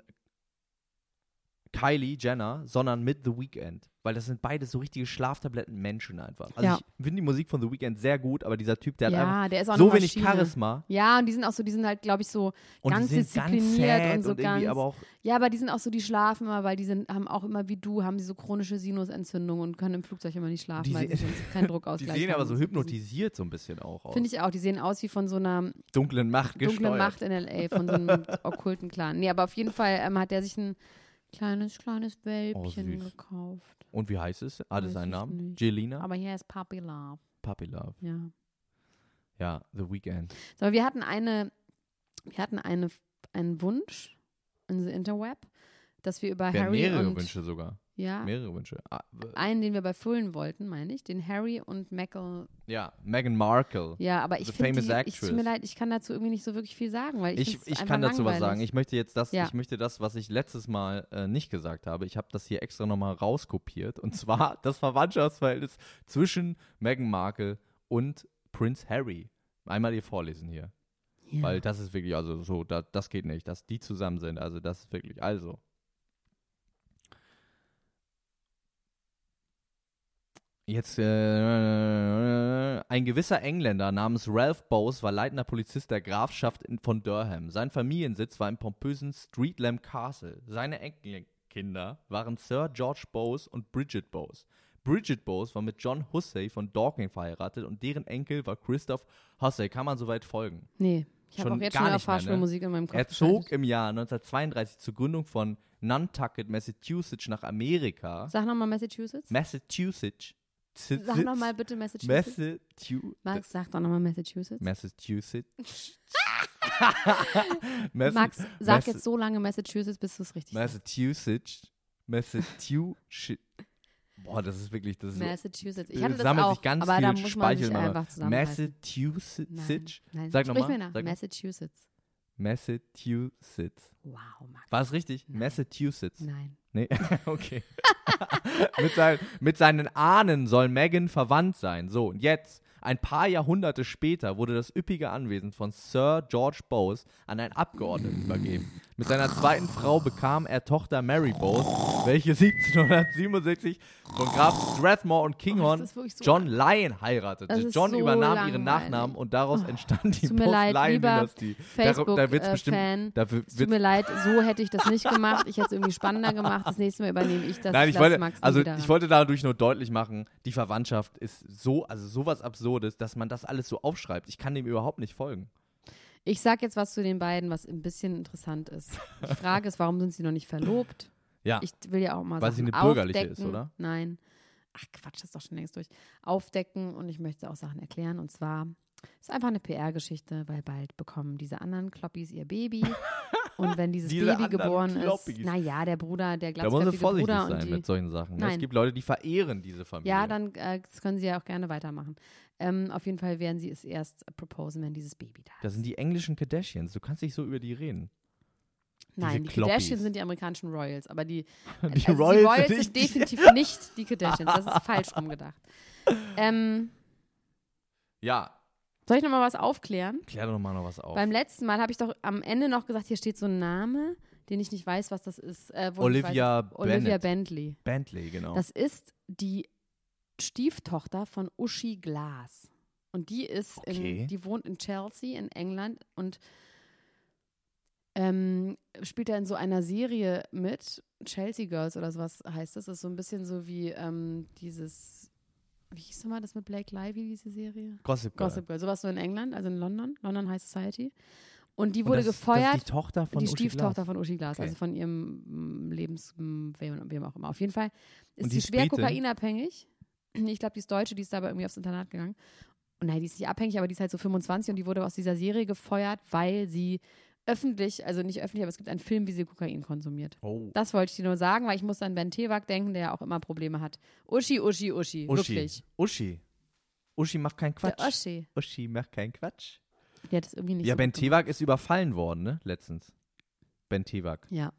S2: Kylie Jenner, sondern mit The Weeknd. Weil das sind beide so richtige Schlaftabletten-Menschen einfach. Also
S1: Ja.
S2: ich finde die Musik von The Weeknd sehr gut, aber dieser Typ, der hat einfach
S1: Ja, der ist auch
S2: so
S1: eine
S2: wenig
S1: Maschine.
S2: Charisma
S1: Ja, und die sind auch so, die sind halt, glaube ich, so
S2: und
S1: ganz
S2: die sind
S1: diszipliniert
S2: ganz sad
S1: und so
S2: irgendwie
S1: ganz-
S2: aber auch
S1: Ja, aber die sind auch so, die schlafen immer, weil die sind, haben auch immer wie du, haben sie so chronische Sinusentzündungen und können im Flugzeug immer nicht schlafen,
S2: Die
S1: weil sie
S2: se-
S1: sonst keinen
S2: Die
S1: Druckausgleich haben.
S2: sehen aber
S1: und
S2: so
S1: Die
S2: hypnotisiert so ein bisschen auch
S1: sind-
S2: aus.
S1: Finde ich auch, die sehen aus wie von so einer
S2: Dunklen Macht
S1: dunklen
S2: gesteuert.
S1: Macht in L.A., von so einem okkulten Clan. Nee, aber auf jeden Fall ähm, hat der sich ein kleines, kleines
S2: Oh,
S1: Wölbchen
S2: süß.
S1: gekauft.
S2: Und wie heißt es? Hatte
S1: Weiß
S2: seinen
S1: ich
S2: Namen?
S1: nicht.
S2: Jelena?
S1: Aber hier ist Puppy Love,
S2: Puppy Love.
S1: ja.
S2: Ja, The Weeknd.
S1: So, wir hatten eine, wir hatten eine, einen Wunsch in the Interweb, dass wir über
S2: Wir hatten
S1: Harry
S2: mehrere
S1: und
S2: Wünsche sogar.
S1: Ja.
S2: Mehrere Wünsche. Ah, w-
S1: Einen, den wir bei Füllen wollten, meine ich. Den Harry und Meghan.
S2: Ja, Meghan Markle.
S1: Ja, aber ich
S2: The
S1: finde,
S2: famous
S1: die- ich
S2: actress.
S1: tut mir leid, ich kann dazu irgendwie nicht so wirklich viel sagen, weil ich
S2: Ich,
S1: find's
S2: ich
S1: einfach
S2: kann dazu was
S1: langweilig.
S2: sagen. Ich möchte jetzt das,
S1: Ja.
S2: ich möchte das, was ich letztes Mal äh, nicht gesagt habe. Ich habe das hier extra nochmal rauskopiert. Und zwar das Verwandtschaftsverhältnis zwischen Meghan Markle und Prince Harry. Einmal ihr vorlesen hier.
S1: Ja.
S2: Weil das ist wirklich, also so, da, das geht nicht, dass die zusammen sind. Also das ist wirklich, also. Jetzt, äh, ein gewisser Engländer namens Ralph Bowes war leitender Polizist der Grafschaft in, von Durham. Sein Familiensitz war im pompösen Streetlam Castle. Seine Enkelkinder waren Sir George Bowes und Bridget Bowes. Bridget Bowes war mit John Hussey von Dorking verheiratet und deren Enkel war Christoph Hussey. Kann man soweit folgen?
S1: Nee, ich habe
S2: Schon
S1: auch jetzt
S2: gar
S1: schon eine
S2: nicht mehr, ne?
S1: Fahrschulmusik in meinem Kopf.
S2: Er zog
S1: geschaltet.
S2: im Jahr 1932 zur Gründung von Nantucket, Massachusetts nach Amerika.
S1: Sag nochmal Massachusetts.
S2: Massachusetts.
S1: Sag nochmal bitte Massachusetts.
S2: Massachusetts.
S1: Max, sag doch nochmal Massachusetts.
S2: Massachusetts.
S1: Max, sag
S2: Massa-
S1: jetzt so lange Massachusetts, bis du es richtig sagst.
S2: Massachusetts. Massachusetts. Boah, das ist wirklich, das ist so
S1: Massachusetts. Ich hatte das
S2: Äh, sammelt
S1: auch,
S2: sich ganz
S1: aber
S2: viel
S1: da muss man
S2: Speichel
S1: sich
S2: in meinem-
S1: einfach zusammenreißen. Nein,
S2: Massachusetts.
S1: nein.
S2: Sag
S1: Sprich
S2: nochmal.
S1: mir nach.
S2: Sag-
S1: Massachusetts.
S2: Massachusetts.
S1: Wow, Max.
S2: War es richtig?
S1: Nein.
S2: Massachusetts.
S1: Nein.
S2: Nee, okay. mit, sein, mit seinen Ahnen soll Megan verwandt sein. So, und jetzt, ein paar Jahrhunderte später, wurde das üppige Anwesen von Sir George Bowes an einen Abgeordneten übergeben. Mit seiner zweiten Frau bekam er Tochter Mary Bowes, welche 1767 von Graf Strathmore und
S1: Oh,
S2: Kinghorn
S1: das ist wirklich so-
S2: John Lyon
S1: Das
S2: heiratete.
S1: ist
S2: John
S1: so
S2: übernahm ihren
S1: langweilig. Oh,
S2: Nachnamen und daraus entstand die
S1: tut mir
S2: Bowes
S1: leid,
S2: Lyon
S1: lieber
S2: Dynastie. da wird's
S1: Facebook, äh,
S2: bestimmt,
S1: Fan.
S2: da wi-
S1: Es tut
S2: wird's
S1: mir leid, so hätte ich das nicht gemacht. Ich hätte es irgendwie spannender gemacht. Das nächste Mal übernehme ich das.
S2: Nein, ich
S1: lasse
S2: wollte,
S1: Max nie
S2: also
S1: wieder ran.
S2: ich wollte dadurch nur deutlich machen, die Verwandtschaft ist so, also sowas Absurdes, dass man das alles so aufschreibt. Ich kann dem überhaupt nicht folgen.
S1: Ich sag jetzt was zu den beiden, was ein bisschen interessant ist. Die Frage ist, warum sind sie noch nicht verlobt?
S2: Ja,
S1: Ich will ja auch mal
S2: Weil sie
S1: Sachen
S2: eine bürgerliche
S1: aufdecken.
S2: ist, oder?
S1: Nein. Ach Quatsch, das ist doch schon längst durch. Aufdecken und ich möchte auch Sachen erklären. Und zwar ist einfach eine PR-Geschichte, weil bald bekommen diese anderen Kloppis ihr Baby. und wenn dieses
S2: Diese
S1: Baby
S2: anderen
S1: geboren
S2: Kloppis.
S1: ist, naja, der Bruder, der
S2: da muss man
S1: glatzköpfige
S2: vorsichtig
S1: Bruder und
S2: sein
S1: die,
S2: mit solchen Sachen. ne? Es
S1: Nein.
S2: gibt Leute, die verehren diese Familie.
S1: ja, dann äh, das können sie ja auch gerne weitermachen. Ähm, auf jeden Fall werden sie es erst proposen, wenn dieses Baby da ist.
S2: das sind die englischen Kardashians. Du kannst nicht so über die reden.
S1: Nein, die
S2: diese Kloppies.
S1: Kardashians sind die amerikanischen Royals, aber die,
S2: Die
S1: also die Royals
S2: sind
S1: sind
S2: nicht-
S1: definitiv nicht die Kardashians. Das ist falsch rumgedacht. Ähm,
S2: Ja,
S1: soll ich nochmal was aufklären?
S2: klär doch mal noch was auf.
S1: Beim letzten Mal habe ich doch am Ende noch gesagt, hier steht so ein Name, den ich nicht weiß, was das ist. Äh, wo ich
S2: Olivia
S1: weiß, Olivia
S2: Bennett.
S1: Bentley.
S2: Bentley, genau.
S1: Das ist die Stieftochter von Uschi Glas. Und die ist,
S2: Okay.
S1: in, die wohnt in Chelsea in England und ähm, spielt da in so einer Serie mit. Chelsea Girls oder sowas heißt das. Das ist so ein bisschen so wie ähm, dieses, wie hieß nochmal das mit Blake Lively, diese Serie?
S2: Gossip Girl.
S1: Gossip Girl. Sowas so in England, also in London, London High Society. Und die
S2: Und
S1: wurde
S2: das, Das
S1: gefeuert
S2: ist die Tochter von
S1: die
S2: Uschi
S1: Stieftochter
S2: Glas.
S1: von Uschi Glas,
S2: Okay.
S1: also von ihrem mm, Lebens, mm, wem, wem auch immer. Auf jeden Fall
S2: Und
S1: ist
S2: die
S1: sie
S2: ist
S1: schwer
S2: Britin?
S1: kokainabhängig. Ich glaube, die ist Deutsche, die ist dabei irgendwie aufs Internat gegangen. Und nein, die ist nicht abhängig, aber die ist halt so 25 und die wurde aus dieser Serie gefeuert, weil sie öffentlich, also nicht öffentlich, aber es gibt einen Film, wie sie Kokain konsumiert.
S2: Oh.
S1: Das wollte ich dir nur sagen, weil ich muss an Ben Tewak denken, der ja auch immer Probleme hat. Uschi, Uschi,
S2: Uschi.
S1: Uschi, wirklich.
S2: Uschi. Uschi macht keinen
S1: Der
S2: Quatsch.
S1: Uschi.
S2: Uschi macht keinen Quatsch.
S1: Die hat das irgendwie nicht
S2: Ja,
S1: so
S2: Ben
S1: gut gemacht.
S2: Tewak ist überfallen worden, ne? Letztens. Ben Tewak.
S1: Ja,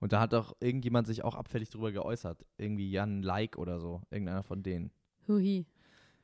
S2: Und da hat auch irgendjemand sich auch abfällig drüber geäußert. Irgendwie Jan Like oder so. Irgendeiner von denen.
S1: huhi,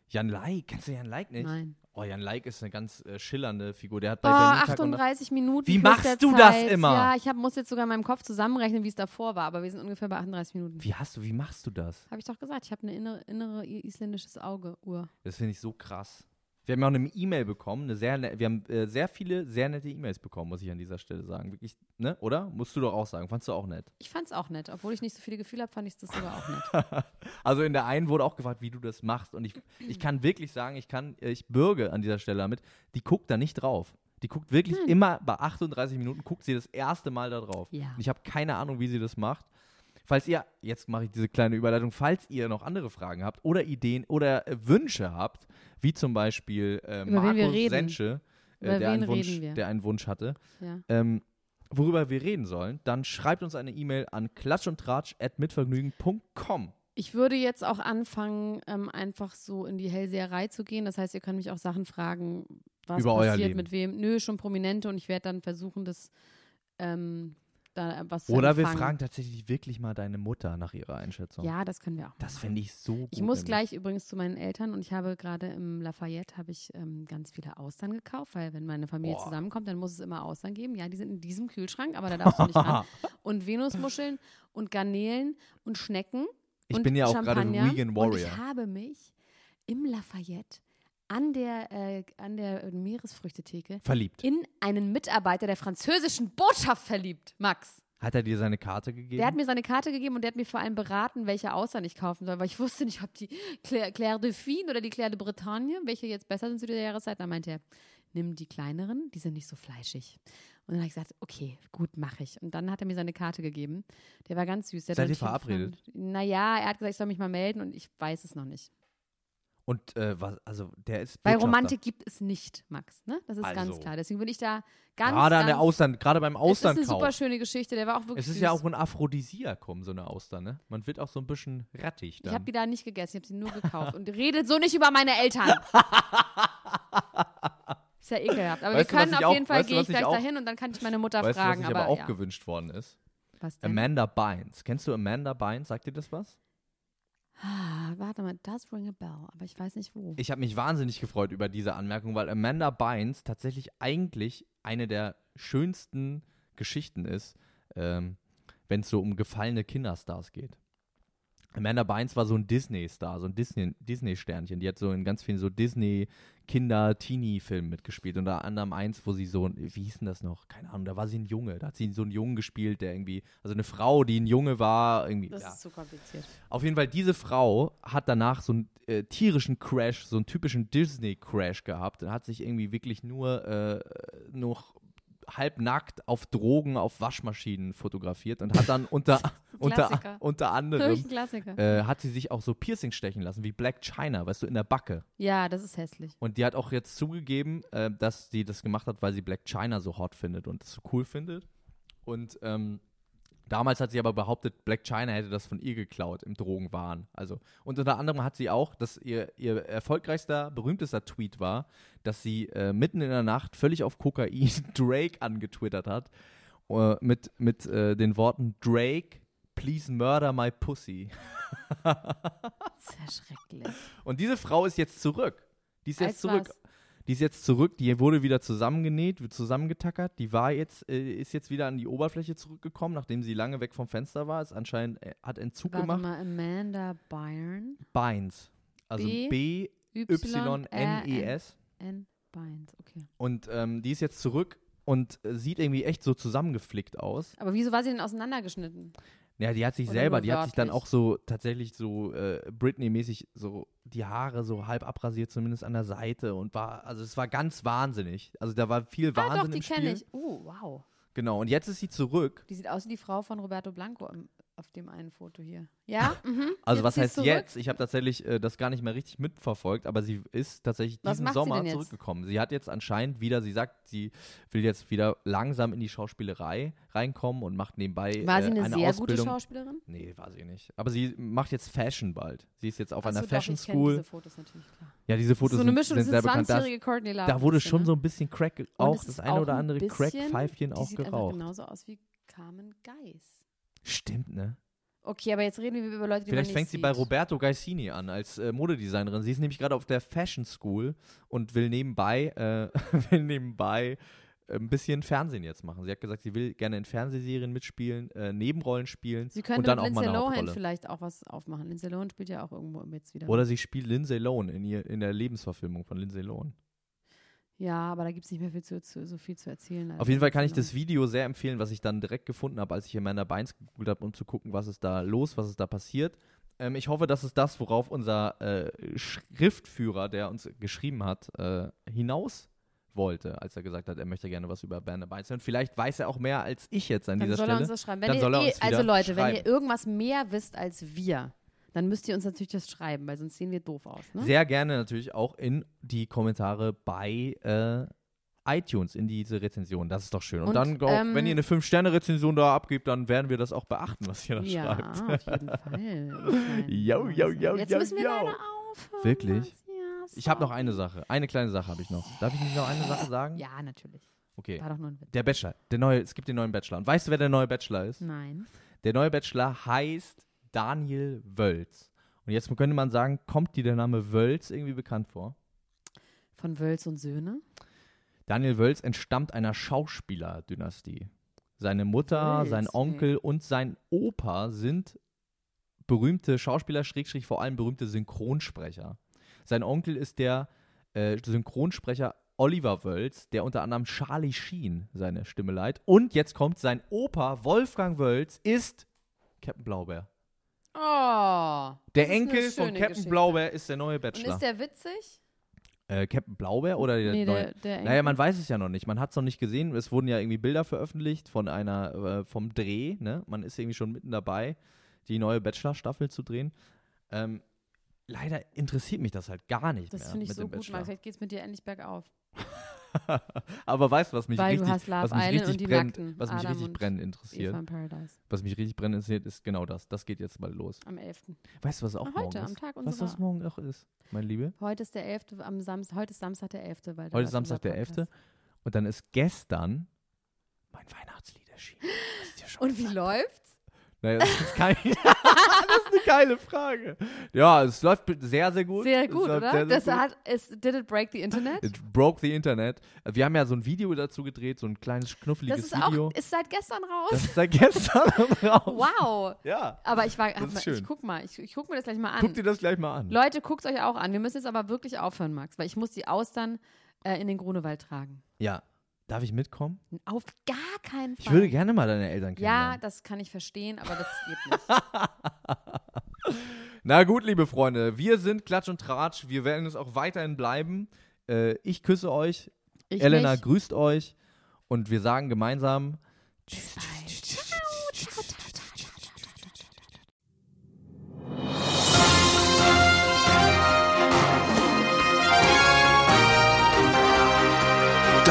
S2: Jan Like, kennst du Jan Like nicht?
S1: nein.
S2: Oh, Jan Like ist eine ganz äh, schillernde Figur. Der hat bei
S1: Oh,
S2: Berlin-Tag und-
S1: 38 Minuten.
S2: Wie
S1: plus
S2: machst
S1: der
S2: du das
S1: Zeit.
S2: immer?
S1: Ja, ich hab, muss jetzt sogar in meinem Kopf zusammenrechnen, wie es davor war, aber wir sind ungefähr bei 38 Minuten.
S2: Wie hast du, wie machst du das?
S1: Habe ich doch gesagt, ich habe eine innere, innere i- isländisches Auge, Uhr.
S2: Das finde ich so krass. Wir haben ja auch eine E-Mail bekommen, eine sehr, ne- wir haben äh, sehr viele sehr nette E-Mails bekommen, muss ich an dieser Stelle sagen. Wirklich, ne? Oder? Musst du doch auch sagen. Fandst du auch nett.
S1: Ich fand's auch nett. Obwohl ich nicht so viele Gefühle habe, fand ich das sogar auch nett.
S2: Also in der einen wurde auch gefragt, wie du das machst. Und ich, ich kann wirklich sagen, ich kann, äh, ich bürge an dieser Stelle damit, die guckt da nicht drauf. Die guckt wirklich immer bei 38 Minuten, guckt sie das erste Mal da drauf.
S1: Hm. Ja.
S2: Und ich habe keine Ahnung, wie sie das macht. Falls ihr, jetzt mache ich diese kleine Überleitung, falls ihr noch andere Fragen habt oder Ideen oder äh, Wünsche habt, wie zum Beispiel äh,
S1: Über wen wir
S2: Markus
S1: reden.
S2: Sentsche,
S1: Über
S2: äh, der, einen
S1: wen
S2: Wunsch,
S1: reden wir?
S2: der einen Wunsch hatte,
S1: Ja.
S2: ähm, worüber wir reden sollen, dann schreibt uns eine E-Mail an klatschundtratsch.mitvergnügen.com.
S1: Ich würde jetzt auch anfangen, ähm, einfach so in die Hellseherei zu gehen. Das heißt, ihr könnt mich auch Sachen fragen, was
S2: Über euer
S1: passiert,
S2: Leben.
S1: mit wem. Nö, schon Prominente und ich werde dann versuchen, das ähm, da was
S2: Oder
S1: zu
S2: wir
S1: empfangen.
S2: fragen tatsächlich wirklich mal deine Mutter nach ihrer Einschätzung.
S1: Ja, das können wir auch.
S2: Das fände ich so gut.
S1: Ich muss
S2: nämlich.
S1: gleich übrigens zu meinen Eltern und ich habe gerade im Lafayette habe ich ähm, ganz viele Austern gekauft, weil wenn meine Familie
S2: Boah.
S1: zusammenkommt, dann muss es immer Austern geben. Ja, die sind in diesem Kühlschrank, aber da darfst du nicht ran. Und Venusmuscheln und Garnelen und Schnecken.
S2: Ich
S1: und
S2: bin ja auch gerade
S1: Champagner.
S2: Vegan Warrior.
S1: Und ich habe mich im Lafayette an der, äh, an der Meeresfrüchtetheke
S2: Verliebt.
S1: in einen Mitarbeiter der französischen Botschaft verliebt, Max.
S2: Hat er dir seine Karte gegeben?
S1: Der hat mir seine Karte gegeben und der hat mir vor allem beraten, welche Austern ich kaufen soll, weil ich wusste nicht, ob die Claire, Claire de Fine oder die Claire de Bretagne, welche jetzt besser sind zu dieser Jahreszeit. Da meinte er, nimm die kleineren, die sind nicht so fleischig. Und dann habe ich gesagt, okay, gut, mache ich. Und dann hat er mir seine Karte gegeben. Der war ganz süß. Der hat
S2: Seid
S1: dann
S2: ihr
S1: hingefahren.
S2: verabredet?
S1: Naja, er hat gesagt, ich soll mich mal melden und ich weiß es noch nicht.
S2: Und äh, was, also der ist.
S1: Bei
S2: Botschafter.
S1: Romantik gibt es nicht, Max. Ne? Das ist ganz
S2: Also.
S1: klar. Deswegen bin ich da ganz,
S2: Gerade
S1: ganz
S2: an der Austern, gerade beim
S1: Es ist
S2: Austernkauf.
S1: eine super schöne Geschichte. Der war auch wirklich
S2: Es ist
S1: süß.
S2: ja auch ein Aphrodisiakum, so eine Austern, ne? Man wird auch so ein bisschen rattig
S1: Ich habe
S2: dann.
S1: die da nicht gegessen, ich habe sie nur gekauft. Und redet so nicht über meine Eltern. ist ja ekelhaft. Aber
S2: Weißt du,
S1: wir
S2: was
S1: können
S2: ich
S1: auf
S2: auch-
S1: jeden Fall,
S2: weißt du,
S1: gehe
S2: was
S1: ich
S2: ich
S1: gleich
S2: auch-
S1: dahin und dann kann ich meine Mutter
S2: weißt du, was
S1: fragen.
S2: ich aber auch
S1: ja.
S2: gewünscht worden ist?
S1: was denn?
S2: Amanda Bynes. Kennst du Amanda Bynes? Sagt dir das was?
S1: Ah, warte mal, das ring a bell, aber ich weiß nicht wo.
S2: Ich habe mich wahnsinnig gefreut über diese Anmerkung, weil Amanda Bynes tatsächlich eigentlich eine der schönsten Geschichten ist, ähm, wenn es so um gefallene Kinderstars geht. Amanda Bynes war so ein Disney-Star, so ein Disney- Disney-Sternchen. Die hat so in ganz vielen so Disney-Kinder-Teenie-Filmen mitgespielt. Unter anderem eins, wo sie so, ein- wie hieß denn das noch? Keine Ahnung, da war sie ein Junge. Da hat sie so einen Jungen gespielt, der irgendwie, also eine Frau, die ein Junge war. Irgendwie,
S1: das
S2: ja.
S1: ist zu kompliziert.
S2: Auf jeden Fall, diese Frau hat danach so einen äh, tierischen Crash, so einen typischen Disney-Crash gehabt und hat sich irgendwie wirklich nur äh, noch halbnackt auf Drogen, auf Waschmaschinen fotografiert und hat dann unter, unter,
S1: Klassiker.
S2: unter
S1: Durch ein
S2: anderem,
S1: Klassiker.
S2: äh, hat sie sich auch so Piercings stechen lassen, wie Black China, weißt du, in der Backe.
S1: Ja, das ist hässlich.
S2: Und die hat auch jetzt zugegeben, äh, dass sie das gemacht hat, weil sie Black China so hot findet und das so cool findet. Und ähm, damals hat sie aber behauptet, Black China hätte das von ihr geklaut im Drogenwahn. Also, und unter anderem hat sie auch, dass ihr, ihr erfolgreichster, berühmtester Tweet war, dass sie äh, mitten in der Nacht völlig auf Kokain Drake angetwittert hat. Äh, mit mit äh, den Worten Drake, please murder my pussy.
S1: Das ist ja schrecklich.
S2: Und diese Frau ist jetzt zurück. Die ist jetzt
S1: Als
S2: zurück.
S1: was?
S2: Die ist jetzt zurück, die wurde wieder zusammengenäht, wird zusammengetackert. Die war jetzt, äh, ist jetzt wieder an die Oberfläche zurückgekommen, nachdem sie lange weg vom Fenster war. Ist anscheinend, äh, hat Entzug
S1: Warte
S2: gemacht.
S1: mal, Amanda Byron.
S2: Beins. Also
S1: B- E
S2: B-Y-N-E-S.
S1: N. Bynes, okay.
S2: E Und ähm, die ist jetzt zurück und äh, sieht irgendwie echt so zusammengeflickt aus.
S1: Aber wieso war sie denn auseinandergeschnitten?
S2: Ja, die hat sich
S1: Oder
S2: selber,
S1: nur
S2: die hat sich dann
S1: wörtlich.
S2: auch so tatsächlich so äh, Britney-mäßig so die Haare so halb abrasiert, zumindest an der Seite und war, also es war ganz wahnsinnig. Also da war viel
S1: Ah,
S2: Wahnsinn
S1: doch, die
S2: im Spiel.
S1: kenne ich. Oh, wow.
S2: Genau, und jetzt ist sie zurück.
S1: Die sieht aus wie die Frau von Roberto Blanco im, auf dem einen Foto hier. Ja? Mhm.
S2: Also
S1: Jetzt
S2: was
S1: sie ist
S2: heißt
S1: zurück?
S2: jetzt? Ich habe tatsächlich äh, das gar nicht mehr richtig mitverfolgt, aber sie ist tatsächlich
S1: Was
S2: diesen
S1: macht sie
S2: Sommer
S1: denn jetzt?
S2: zurückgekommen. Sie hat jetzt anscheinend wieder, sie sagt, sie will jetzt wieder langsam in die Schauspielerei reinkommen und macht nebenbei
S1: War sie
S2: äh,
S1: eine, sehr gute
S2: Ausbildung.
S1: Schauspielerin?
S2: nee, war sie nicht. Aber sie macht jetzt Fashion bald. Sie ist jetzt auf
S1: Ach so,
S2: einer
S1: doch,
S2: Fashion
S1: ich kenn
S2: School.
S1: Diese Fotos natürlich, klar.
S2: Ja, diese Fotos
S1: so eine
S2: sind,
S1: Mischung, das
S2: sind sehr
S1: ist eine
S2: bekannt. Da,
S1: 20-jährige Courtney Love.
S2: da wurde
S1: ein bisschen,
S2: schon
S1: ne?
S2: so ein bisschen Crack,
S1: Und
S2: auch
S1: es
S2: das
S1: ist
S2: eine
S1: auch
S2: oder
S1: ein
S2: andere
S1: bisschen-
S2: Crack-Pfeifchen auch
S1: Die sieht einfach genau
S2: geraucht.
S1: genauso aus wie Carmen Geiss.
S2: Stimmt, ne?
S1: Okay, aber jetzt reden wir über Leute, die
S2: Vielleicht
S1: man nicht
S2: fängt sie
S1: sieht.
S2: bei Roberto Gaisini an als äh, Modedesignerin. Sie ist nämlich gerade auf der Fashion School und will nebenbei, äh, will nebenbei äh, ein bisschen Fernsehen jetzt machen. Sie hat gesagt, sie will gerne in Fernsehserien mitspielen, äh, Nebenrollen spielen
S1: Sie
S2: und
S1: könnte
S2: dann
S1: mit
S2: auch mal
S1: Lindsay
S2: eine
S1: Lohan
S2: Hauptrolle.
S1: vielleicht auch was aufmachen. Lindsay Lohan spielt ja auch irgendwo jetzt wieder.
S2: Oder sie spielt Lindsay Lohan in, ihr, in der Lebensverfilmung von Lindsay Lohan.
S1: Ja, aber da gibt es nicht mehr viel zu, zu, so viel zu erzählen. also
S2: Auf jeden Fall kann ich das Video sehr empfehlen, was ich dann direkt gefunden habe, als ich Amanda Bynes gegoogelt habe, um zu gucken, was ist da los, was ist da passiert. Ähm, ich hoffe, das ist das, worauf unser äh, Schriftführer, der uns geschrieben hat, äh, hinaus wollte, als er gesagt hat, er möchte gerne was über Amanda Bynes hören. Vielleicht weiß er auch mehr als ich jetzt an
S1: Dann
S2: dieser
S1: soll er uns
S2: Stelle.
S1: das schreiben. Wenn
S2: Dann
S1: ihr
S2: soll er
S1: eh,
S2: uns
S1: also
S2: wieder
S1: Leute, wenn
S2: schreiben.
S1: ihr irgendwas mehr wisst als wir, dann müsst ihr uns natürlich das schreiben, weil sonst sehen wir doof aus. Ne?
S2: Sehr gerne natürlich auch in die Kommentare bei äh, iTunes in diese Rezension. Das ist doch schön. Und,
S1: Und,
S2: dann, auch,
S1: ähm,
S2: wenn ihr eine 5-Sterne-Rezension da abgibt, dann werden wir das auch beachten, was ihr da
S1: Ja,
S2: schreibt.
S1: auf jeden Fall. Ich meine,
S2: Jau, jau, jau,
S1: Jetzt
S2: jau,
S1: müssen wir
S2: jau.
S1: leider aufhören.
S2: Wirklich?
S1: Ja,
S2: Ich habe noch eine Sache. Eine kleine Sache habe ich noch. Darf ich nicht noch eine Sache sagen?
S1: Ja, natürlich.
S2: Okay.
S1: War doch nur ein Witz.
S2: Der Bachelor. Der neue, es gibt den neuen Bachelor. Und weißt du, wer der neue Bachelor ist?
S1: Nein.
S2: Der neue Bachelor heißt Daniel Wölz. Und jetzt könnte man sagen, kommt dir der Name Wölz irgendwie bekannt vor?
S1: Von Wölz und Söhne?
S2: Daniel Wölz entstammt einer Schauspielerdynastie. Seine Mutter,
S1: Wölz,
S2: sein
S1: ey.
S2: Onkel und sein Opa sind berühmte Schauspieler, Schrägstrich vor allem berühmte Synchronsprecher. Sein Onkel ist der äh, Synchronsprecher Oliver Wölz, der unter anderem Charlie Sheen seine Stimme leiht. Und jetzt kommt sein Opa Wolfgang Wölz ist Captain Blaubeer.
S1: Oh.
S2: Der
S1: das ist eine
S2: Enkel von
S1: schöne
S2: Captain
S1: Geschichte.
S2: Blaubeer ist der neue
S1: Und
S2: Bachelor.
S1: ist der witzig?
S2: äh, Captain Blaubeer oder der
S1: Nee,
S2: neue?
S1: der, der Enkel.
S2: Naja, man weiß es ja noch nicht. Man hat es noch nicht gesehen. Es wurden ja irgendwie Bilder veröffentlicht von einer, äh, vom Dreh. Ne? Man ist irgendwie schon mitten dabei, die neue Bachelor-Staffel zu drehen. Ähm, leider interessiert mich das halt gar nicht
S1: das
S2: mehr
S1: finde ich
S2: mit
S1: so
S2: dem
S1: gut, Max.
S2: Bachelor.
S1: Vielleicht geht es mit dir endlich bergauf.
S2: Aber weißt du, was mich
S1: Weil du
S2: richtig,
S1: hast Love
S2: was mich
S1: Island
S2: richtig
S1: und die
S2: brennt,
S1: Nackten,
S2: was mich
S1: Adam
S2: richtig
S1: und
S2: brennend
S1: Eva
S2: interessiert,
S1: in Paradise.
S2: was mich richtig brennend interessiert, ist genau das. Das geht jetzt bald los.
S1: Am 11.
S2: Weißt du, was auch
S1: Ah,
S2: morgen
S1: heute, am
S2: ist?
S1: Tag
S2: Weißt du, was
S1: unserer.
S2: morgen auch ist, meine Liebe?
S1: Heute ist der 11. Am Samstag, heute ist Samstag der 11. Weil da
S2: Heute
S1: war
S2: ist Samstag
S1: unser
S2: der 11.
S1: Podcast.
S2: Und dann ist gestern mein Weihnachtslied erschienen. Das ist ja schon
S1: Und wie läuft's?
S2: Naja, das ist, kein, das ist eine geile Frage. Ja, es läuft sehr, sehr gut.
S1: Sehr
S2: Es
S1: gut,
S2: läuft
S1: oder?
S2: Sehr, sehr
S1: das
S2: gut.
S1: hat, es, did it break the internet?
S2: It broke the Internet. Wir haben ja so ein Video dazu gedreht, so ein kleines
S1: Das
S2: knuffeliges
S1: ist auch,
S2: Video.
S1: ist seit gestern raus.
S2: das ist seit gestern raus.
S1: wow.
S2: Ja,
S1: Aber ich war,
S2: Das
S1: hab
S2: ist
S1: mal, ich
S2: schön.
S1: guck mal, ich, ich guck mir das gleich mal an.
S2: guck dir das gleich mal an.
S1: Leute, guckt euch auch an. Wir müssen jetzt aber wirklich aufhören, Max, weil ich muss die Austern äh, in den Grunewald tragen.
S2: Ja, darf ich mitkommen?
S1: Auf gar keinen Fall.
S2: Ich würde gerne mal deine Eltern
S1: ja,
S2: kennenlernen.
S1: das kann ich verstehen, aber das geht nicht.
S2: Na gut, liebe Freunde, wir sind Klatsch und Tratsch. Wir werden es auch weiterhin bleiben. Äh, ich küsse euch.
S1: Ich
S2: Elena
S1: nicht.
S2: grüßt euch. Und wir sagen gemeinsam